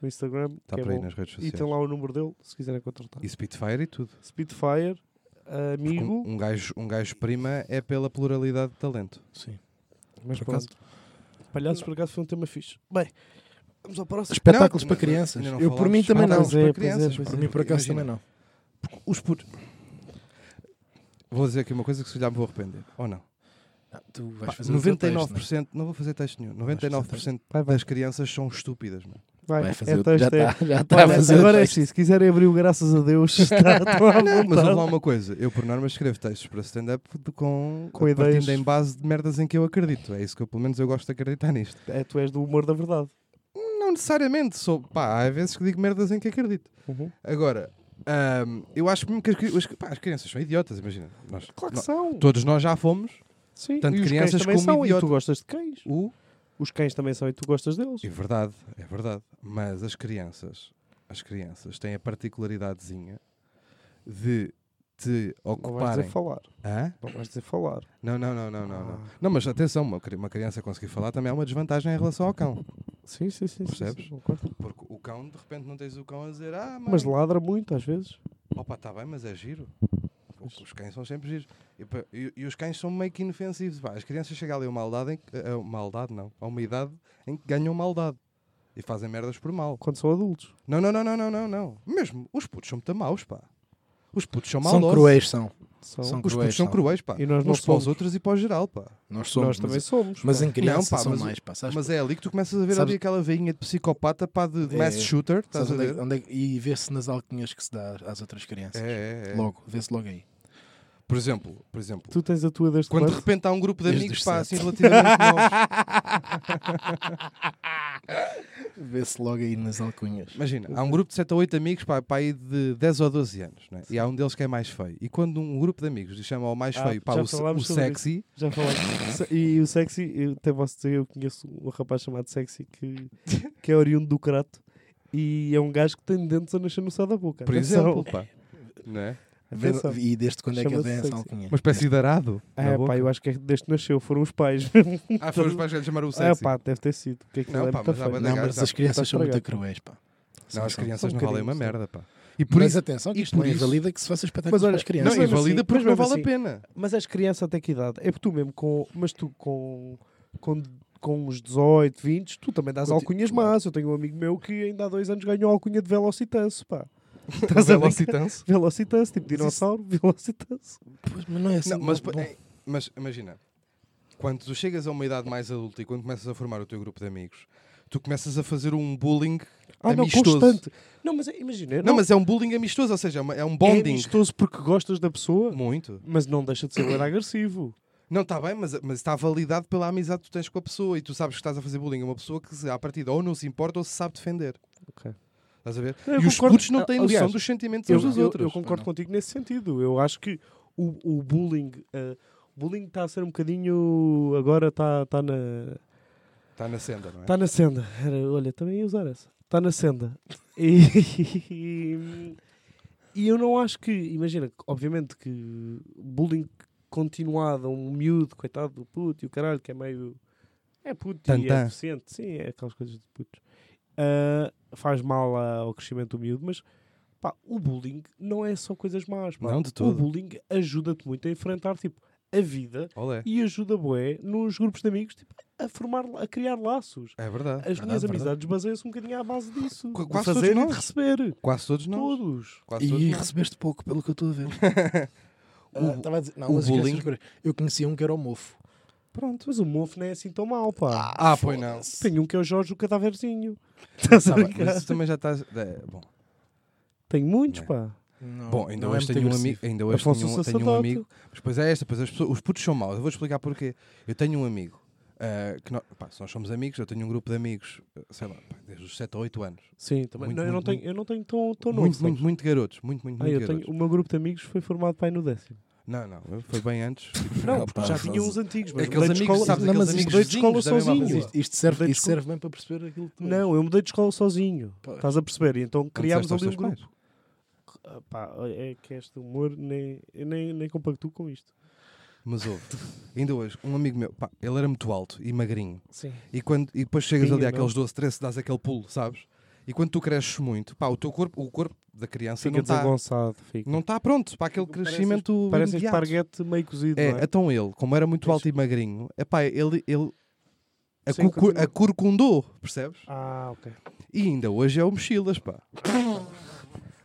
no Instagram, Está que é Tá por aí bom. nas redes E tem sociais. lá o número dele, se quiserem contratar. E Spitfire e tudo. Spitfire, Porque amigo, Um, um, gajo, um gajo prima é pela pluralidade de talento. Sim. um, mas por acaso- pronto. Palhaços por acaso foi um tema fixe. Bem, vamos ao próximo. Espetáculos Não, para não, crianças. ainda não Eu por mim falámos. também Ah, não. pois é, para pois é, crianças, pois é. Por mim por acaso Imagina. também não. Os putos. Vou dizer aqui uma coisa que se calhar me vou arrepender. Ou não? Ah, Tu Pá, vais fazer o teu texto, 99%, não é? não vou fazer teste nenhum. fazer texto. 99% Vai, vai. das crianças são estúpidas, mano. Vai, Vai é fazer o- texto, Já é- tá, está já está a Olha, fazer o agora é texto. assim, se quiserem abrir o graças a Deus, está estão à Não, mas vontade. vou lá uma coisa. Eu, por norma, escrevo textos para stand-up de- com, Com partindo ideias. em base de merdas em que eu acredito. É isso que eu, pelo menos, eu gosto de acreditar nisto. É, tu és do humor da verdade. Não necessariamente. Sou, pá, há vezes que digo merdas em que acredito. Agora, ahm, eu acho mesmo que as, cri- as- pá, as crianças são idiotas, imagina. Nós- Claro que nó- são. Todos nós já fomos. Sim. tanto e os crianças cães também como são idiota- e tu gostas de cães. O... Os cães também são e tu gostas deles. É verdade, é verdade. Mas as crianças, as crianças têm a particularidadezinha de te Não vais dizer ocuparem. falar. Hã? Não vais dizer falar. Não, não, não, não, não, não. Ah. Não, mas atenção, uma, cri- uma criança conseguir falar também é uma desvantagem em relação ao cão. Sim, sim, sim. sim, Percebes? sim, concordo. Porque o cão, de repente, não tens o cão a dizer, ah, mãe, Mas ladra muito às vezes. opa, está bem, mas é giro. Os, os cães são sempre giros. E, pa- e- e os cães são meio que inofensivos. Pá, as crianças chegam ali a uma aldade, em que, a uma aldade não, a uma idade em que ganham maldade. E fazem merdas por mal. Quando são adultos. Não, não, não, não, não, não, não. Mesmo, os putos são muito maus, pá. Os putos são maldosos. São cruéis, são. São. São Os putos Cruéis, são são. cruéis, pá. E nós não Uns para os somos. outros e para o geral, pá. Nós Nós somos. também mas- somos. Mas pá. em criança pá, são mas o- mais, pá. sabes? Mas é ali que tu começas a ver Sabes- ali aquela veinha de psicopata, pá, de, de É, mass shooter, estás Sabes a onde é- ver? onde é que- e vê-se nas alquinhas que se dá às outras É, crianças. é, é. Logo, vê-se logo aí. Por exemplo, por exemplo, Tu tens a tua desde quando de quando? repente há um grupo de Desde amigos, os pá, assim sete. relativamente novos. Vê-se logo aí nas alcunhas. Imagina, há um grupo de 7 ou 8 amigos, pá, pá, aí de 10 ou 12 anos, né? e há um deles que é mais feio. E quando um grupo de amigos lhe chama ao mais Ah, feio, pá, já o, se- falámos o sobre sexy, Já falaste. Se- E o sexy, eu até posso dizer, eu conheço um rapaz chamado sexy que, que é oriundo do crato e é um gajo que tem dentes a nascer no céu da boca. por Atenção. exemplo, pá. Não é? Vê- Atenção. E desde quando é que Chama-se ele essa sexy. alcunha? Uma espécie de arado. na É, boca. pá, eu acho que é desde que nasceu, foram os pais. Ah, foram os pais que lhe chamaram o É, sexy. pá, deve ter sido. Porque aquilo Não, é pá, muito mas há feio. bué da Não, gajo mas está- as crianças está são muito estragado. cruéis, pá. não, São- as são. são crianças um não valem uma bocadinho, merda, pá. E por Mas isso. atenção, que e isto por não é isso- invalida que se faça Mas espetáculos olha, para as Não, crianças. mesmo invalida assim- porque mas não mesmo vale a assim- pena. Mas és criança até que idade? É porque tu mesmo com. Mas tu com. com com uns 18, 20, tu também dás Eu ti- alcunhas claro. más. Eu tenho um amigo meu que ainda há dois anos ganhou a alcunha de Velocitanço, pá. Estás Estás a brincar? Velocitanço. Velocitanço, tipo isso- dinossauro, Velocitanço. Pois, mas não é assim. Não, mas, bom. é, mas imagina, quando tu chegas a uma idade mais adulta e quando começas a formar o teu grupo de amigos, tu começas a fazer um bullying Ah, não, amistoso. constante. Não, mas é- imagina. Não, mas é um bullying amistoso, ou seja, é uma- é um é bonding. amistoso porque gostas da pessoa, Muito. mas não deixa de ser bué agressivo. Não, está bem, mas mas está validado pela amizade que tu tens com a pessoa e tu sabes que estás a fazer bullying a uma pessoa que, se- à partida, ou não se importa ou se sabe defender. Ok. Estás a ver? Não, eu e os concordo. putos não têm Aliás, noção dos sentimentos Eu, uns dos eu- outros. eu concordo não. contigo nesse sentido. Eu acho que o, o bullying. eh, o bullying está a ser um bocadinho. Agora está tá na. Está na senda, não é? Está Tá na senda. Era- olha, também ia usar essa. Está na senda. Tá E, E eu não acho que, imagina, obviamente que bullying continuado a um miúdo, coitado do puto e o caralho, que é meio. É puto e é Tantã. deficiente, sim, é aquelas coisas de putos. Ah, faz mal ah, ao crescimento do miúdo, mas pá, o bullying não é só coisas más. pá. Não, de O todo. bullying ajuda-te muito a enfrentar tipo, a vida Olé. e ajuda bué nos grupos de amigos tipo, a formar, a criar laços. É verdade. As minhas verdade, verdade. amizades baseiam-se um bocadinho à base disso. Qu- De quase todos fazer e de nós. receber. Quase todos não. Todos. Quase todos E nós. recebeste pouco, pelo que eu estou a ver. O- Ah, Estava a dizer, não, o mas esquece bullying- as coisas. Eu conhecia um que era o mofo. Pronto. Mas o mofo não é assim tão mau, pá. Ah, pois não. foda-se. Tenho um que é o Jorge o Cadaverzinho. Estás a Tá bem, brincar? mas isso também já estás. É, bom, Tenho muitos, Não. é. pá. Não, bom, ainda não é hoje muito tenho um agressivo. amigo. Ainda hoje tenho, Afonso um- tenho um Sacerdote. amigo. Mas pois é esta, pois as pessoas- os putos são maus. Eu vou explicar porquê. Eu tenho um amigo. ah, que nó- pá, se nós somos amigos, eu tenho um grupo de amigos, ah, sei lá, pá, desde os 7 ou 8 anos. Sim, também. Muito, não, eu, não muito, tenho, eu não tenho tão, tão novo. Muito, sabes? muito, muito garotos. Muito, muito, Ah, muito eu garotos. tenho, o meu grupo de amigos foi formado pai no décimo. Não, não, foi bem antes. Não, pá, porque já faz- tinha uns antigos, mas Aqueles mudei de amigos, escola- sabes, Não, aqueles mas amigos mudei de escola vizinhos da mesma sozinho. Mas rua. isto, isto serve, Desculpa. isto serve bem para perceber aquilo que tu és. Não, eu mudei de escola sozinho. Pois. Estás a perceber? E então criámos disseste ali um aos teus grupo. Ah, pá, é que este humor nem, eu nem, nem compactuo com isto. Mas houve. Ainda hoje, um amigo meu, pá, ele era muito alto e magrinho. Sim. E, quando, e depois chegas Tinha, ali não? àqueles 12, 13, dás aquele pulo, sabes? E quando tu cresces muito, pá, o teu corpo, o corpo da criança Fica não está desengonçado. Fica. não tá pronto para aquele crescimento Parece um imediato. esparguete meio cozido. não É, é? então ele, como era muito Pois. alto e magrinho, é pá, ele, ele a, Sim, curcu- continua. a curcundou, percebes? Ah, ok. E ainda hoje é o mochilas, pá.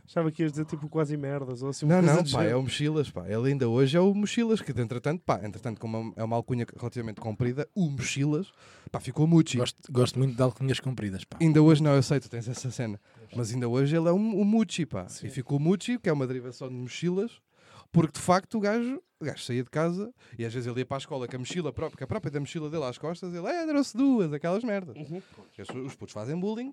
Achava que ias dizer tipo quase merdas ou assim. uma Não, coisa não, do pá, é género. o Mochilas, pá. Ele ainda hoje é o Mochilas, que entretanto, pá, entretanto, como é uma- é uma alcunha relativamente comprida, o Mochilas, pá, ficou Muchi. Gosto, gosto muito de alcunhas compridas, pá. Ainda hoje não, eu sei, tu tens essa cena. Mas ainda hoje ele é o, o Muchi, pá. E ficou Muchi, que é uma derivação de Mochilas, porque de facto o gajo, o gajo saía de casa e às vezes ele ia para a escola com a mochila própria, com a própria da mochila dele às costas, ele, é, deram-se duas, aquelas merdas. Uhum. As- Os putos fazem bullying,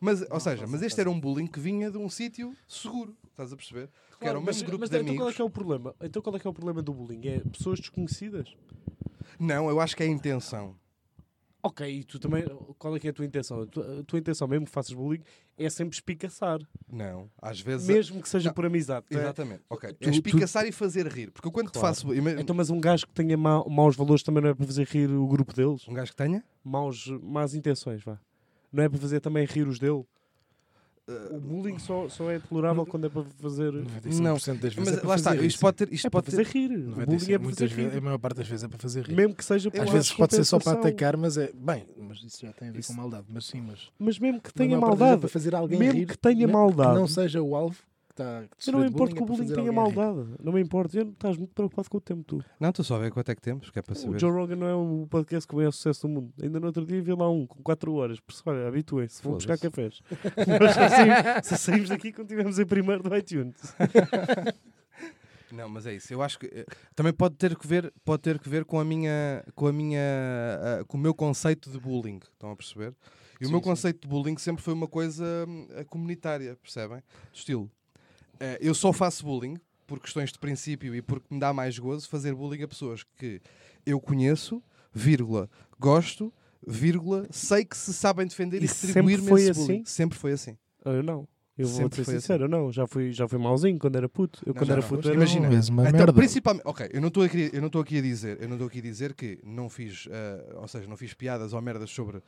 mas, ou seja, mas este era um bullying que vinha de um sítio seguro, estás a perceber? que era o Claro, mas- mesmo grupo mas de então qual é amigos. que é o problema? Então qual é que é o problema do bullying? É pessoas desconhecidas? Não, eu acho que é a intenção. Ok, e tu também, qual é que é a tua intenção? A tua, a tua intenção mesmo que faças bullying é sempre espicaçar, Não, às vezes. mesmo que seja Não. por amizade. não é? Exatamente. Ok. Tu- é espicaçar e fazer rir. Porque eu quando te Claro. faço. ima- Então, mas um gajo que tenha ma- maus valores também não é para fazer rir o grupo deles? Um gajo que tenha? Maus, más intenções, vá. Não é para fazer também rir os dele? Eh, O bullying só, só é tolerável quando é para fazer. 95% das vezes Mas é para lá está. fazer Isto rir, pode ter. Isto É para pode fazer ter... rir. sim. O 95, bullying é para fazer muitas vezes, rir. a maior parte das vezes é para fazer rir. Mesmo que seja por Às uma vezes pode ser só para descompensação. atacar, mas é. Bem, mas isso já tem a ver Isso- com maldade. Mas sim, mas. Mas mesmo que a tenha maior parte das vezes é maldade, Para fazer alguém mesmo rir, que tenha mesmo maldade. Que não seja o alvo que está. eu não me importo que é o bullying tenha maldade. Não me importa. Eu- Estás muito preocupado com o tempo, tu. Não, estou só a ver quanto é que temos, que é para O saber. Joe Rogan não é o podcast que ganha sucesso do mundo. Ainda no outro dia vi lá um com 4 horas. Por isso, olha, habituem-se, vão buscar cafés. Nós só saímos, só saímos daqui quando estivemos em primeiro do iTunes. Não, mas é isso. Eu acho que eh, também pode ter que ver, pode ter que ver com a minha, com a minha, ah, com o meu conceito de bullying. Estão a perceber? E o Sim, meu sim. conceito de bullying sempre foi uma coisa hum, ah, comunitária, percebem? Do estilo. eh, eu só faço bullying por questões de princípio e porque me dá mais gozo fazer bullying a pessoas que eu conheço, vírgula, gosto, vírgula, sei que se sabem defender e, E distribuir-me sempre foi esse assim? bullying. Sempre foi assim. Ah, Eu não. Eu vou Sempre ser foi assim. sincero, eu não. Já fui, já fui mauzinho quando era puto. Eu Não, quando já era não. puto Mas era. um imagina, Imagina, és uma Então, merda. principalmente, ok, eu não estou aqui, eu não estou aqui a dizer, eu não estou aqui a dizer que não fiz, eh, ou seja, não fiz piadas ou merdas sobre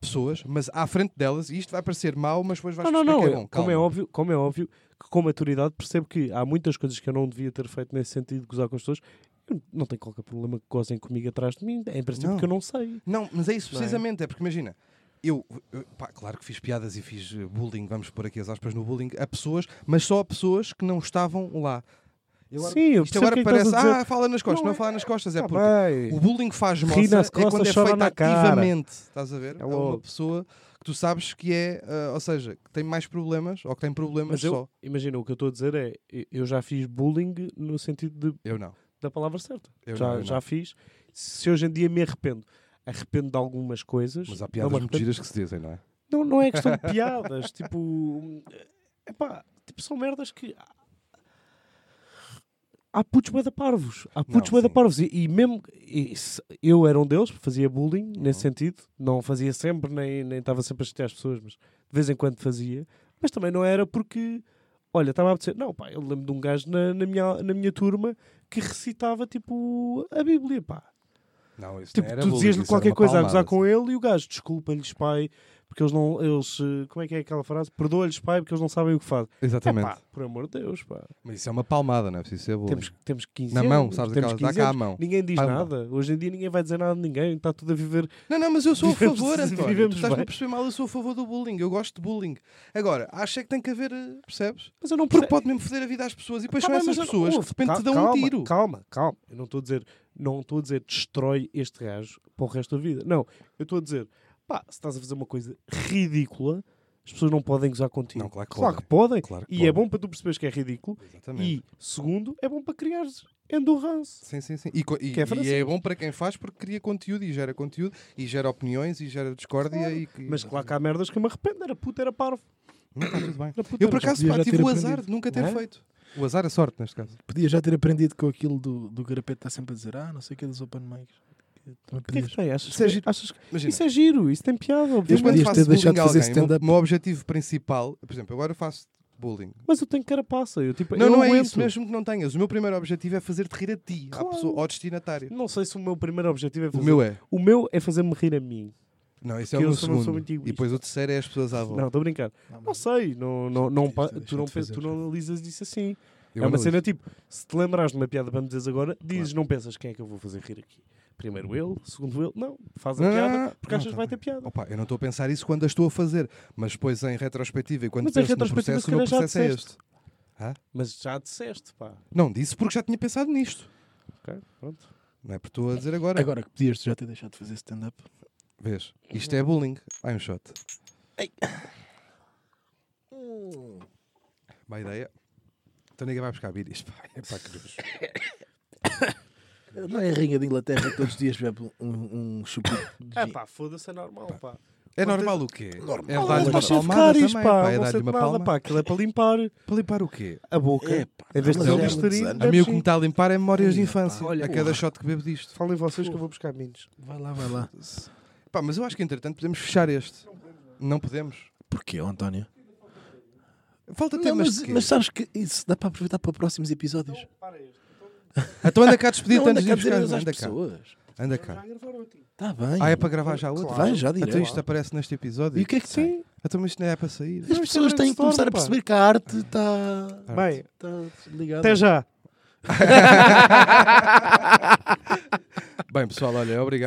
pessoas, mas à frente delas, e isto vai parecer mau, mas depois vais Não, não, não. perceber que é eu- bom. como, é calma. óbvio, como é óbvio que com maturidade percebo que há muitas coisas que eu não devia ter feito nesse sentido de gozar com as pessoas. Eu não tenho qualquer problema que gozem comigo atrás de mim. É em princípio Não. porque eu não sei. Não, mas é isso Não é? precisamente, é, porque imagina, eu, eu- pá, claro que fiz piadas e fiz eh, bullying, vamos pôr aqui as aspas no bullying, a pessoas, mas só a pessoas que não estavam lá. Eu agora- Sim, eu isto percebo o que é agora que estás parece, a dizer. ah, fala nas costas, Não não, é- fala nas costas, é Tá porque bem. O bullying faz moça Ri nas é quando costas, é chora feito na cara. ativamente, estás a ver? É É uma logo. pessoa que tu sabes que é, ah, ou seja, que tem mais problemas ou que tem problemas Mas eu- só. Imagina, o que eu estou a dizer é, eu- eu já fiz bullying no sentido de, Eu não. da palavra certa. Eu já não, eu já não. fiz. Se hoje em dia me arrependo, arrependo de algumas coisas. Mas há não me piadas muito arrependo. giras que se dizem, não é? Não, não é questão de piadas, tipo, epá, tipo, são merdas que há putos bué da parvos, há putos bué da sim. parvos e, e mesmo e se- eu era um deles, fazia bullying nesse sentido, não fazia sempre, nem nem estava sempre a chatear as pessoas, mas de vez em quando fazia, mas também não era porque Olha, estava a apetecer. Não, pá, eu lembro de um gajo na, na minha, na minha turma que recitava tipo a Bíblia, pá. Não, isso Tipo, não era tu bullying, dizias-lhe isso era qualquer uma coisa a palmada. gozar com ele e o gajo desculpa-lhes, pai, porque eles não. Eles, eh, como é que é aquela frase? Perdoa-lhes, pai, porque eles não sabem o que fazem. É Exatamente. pá, por amor de Deus, pá. Mas isso é uma palmada, não é preciso ser bullying. Temos, temos 15 Na anos. mão, sabes temos aquela? Dá 15 cá a anos. mão. Ninguém diz Pá, pá. nada. Hoje em dia ninguém vai dizer nada a ninguém. Está tudo a viver. Não, não, mas eu sou a Vivemos- favor, António. vivemos Tu estás-me bem. a perceber mal, eu sou a favor do bullying. Eu gosto de bullying. Agora, acho é que tem que haver, eh, percebes? Mas eu não Porque percebo. pode mesmo foder a vida às pessoas e depois Tá são bem, essas mas eu- pessoas que de ouve, repente te cal- dão calma, um tiro. Calma, calma. Eu não estou a dizer, não estou a dizer destrói este gajo para o resto da vida. Não, eu estou a dizer, pá, se estás a fazer uma coisa ridícula, as pessoas não podem gozar contigo. Não, claro que que podem. Claro que E podem. é bom para tu perceberes que é ridículo. Exatamente. E segundo, é bom para criares endurance. Sim, sim, sim. E, co- e- Que é e é francês. bom para quem faz porque cria conteúdo e gera conteúdo e gera opiniões e gera discórdia. E que- Mas claro que há merdas que eu me arrependo. Era puta, era parvo. Não, está tudo bem. Era puta, Eu, por era acaso, podia pá, já tive ter o azar aprendido. de nunca ter Não é? feito. O azar, a sorte, neste caso. Podia já ter aprendido com aquilo do, do Garapete está sempre a dizer, ah, não sei o que é dos open mics. Que Também O que é podias. que tem? Achas Isso é que- giro. achas que- Imagina. Isso é giro, isso tem piada, Eu obviamente. quando podias faço ter deixado de bullying a fazer alguém, o meu- stand-up. O meu objetivo principal, por exemplo, agora eu faço bullying. Mas eu tenho carapaça. Eu, tipo, Não, eu não é aguento. isso mesmo que não tenhas. O meu primeiro objetivo é fazer-te rir a ti, à Claro. pessoa, ao destinatário. Não sei se o meu primeiro objetivo é O fazer. meu é. O meu é fazer-me rir a mim. Não, esse é Porque o eu meu sou uma pessoa segundo. muito egoísta. E depois o terceiro é as pessoas à volta. Não, estou a brincar. Não mas- sei, não, não, não, Deixa- pa- deixa tu, não, de pe- fazer, tu não cara. analisas isso assim. Eu é uma analiso. cena tipo, se te lembrares de uma piada para me dizeres agora, dizes, não pensas quem é que eu vou fazer rir aqui. Primeiro ele, segundo ele, não, faz a Não, não, não, piada porque não, achas que tá vai bem. ter piada. Opa, eu não estou a pensar isso quando a estou a fazer, mas depois em retrospectiva e quando Mas em penso no retrospectiva, processo, se o meu calhar, já processo é disseste. este. Mas já disseste, pá. Não, disse porque já tinha pensado nisto. Ok, pronto. Não é porque estou a dizer agora. Agora que podias já ter deixado de fazer stand-up. Vês, isto é bullying. Vai um shot. Má ideia. Então ninguém vai buscar vídeos. Pá, é pá, que nojo. Não é a rainha da Inglaterra que todos os dias bebe um, um chupito de É gin? pá, foda-se, é normal, pá. É normal o quê? É Não, dar-lhe não uma está cheio de palmada cáries, também, pá. não É dar-lhe sei de uma nada, palma. pá. Aquilo é para limpar Para limpar o quê? a boca. É, pá, em vez de mas ser é um há muitos listerino, anos. A mim o que sim. me está a limpar é memórias de Ih, pá, infância. olha, a cada shot que bebo disto. Falem vocês que eu vou buscar minos. Vai lá, vai lá. Pá, mas eu acho que entretanto podemos fechar este. Não é? podemos. Porquê, ó, António? Falta Não, temas mas, de quê? mas sabes que isso dá para aproveitar para próximos episódios. Então anda cá despedido Não, anda antes de ir cá buscar. dizer adeus às Anda cá. pessoas. Anda cá. Está bem. Ah, é para gravar já outro? Vai, já direto. Então isto aparece neste episódio. E o que é que tem? Sim. Então mas isto não é para sair. As pessoas têm que começar a perceber que a arte está Bem, está ligada. até já. Bem pessoal, olha, obrigado.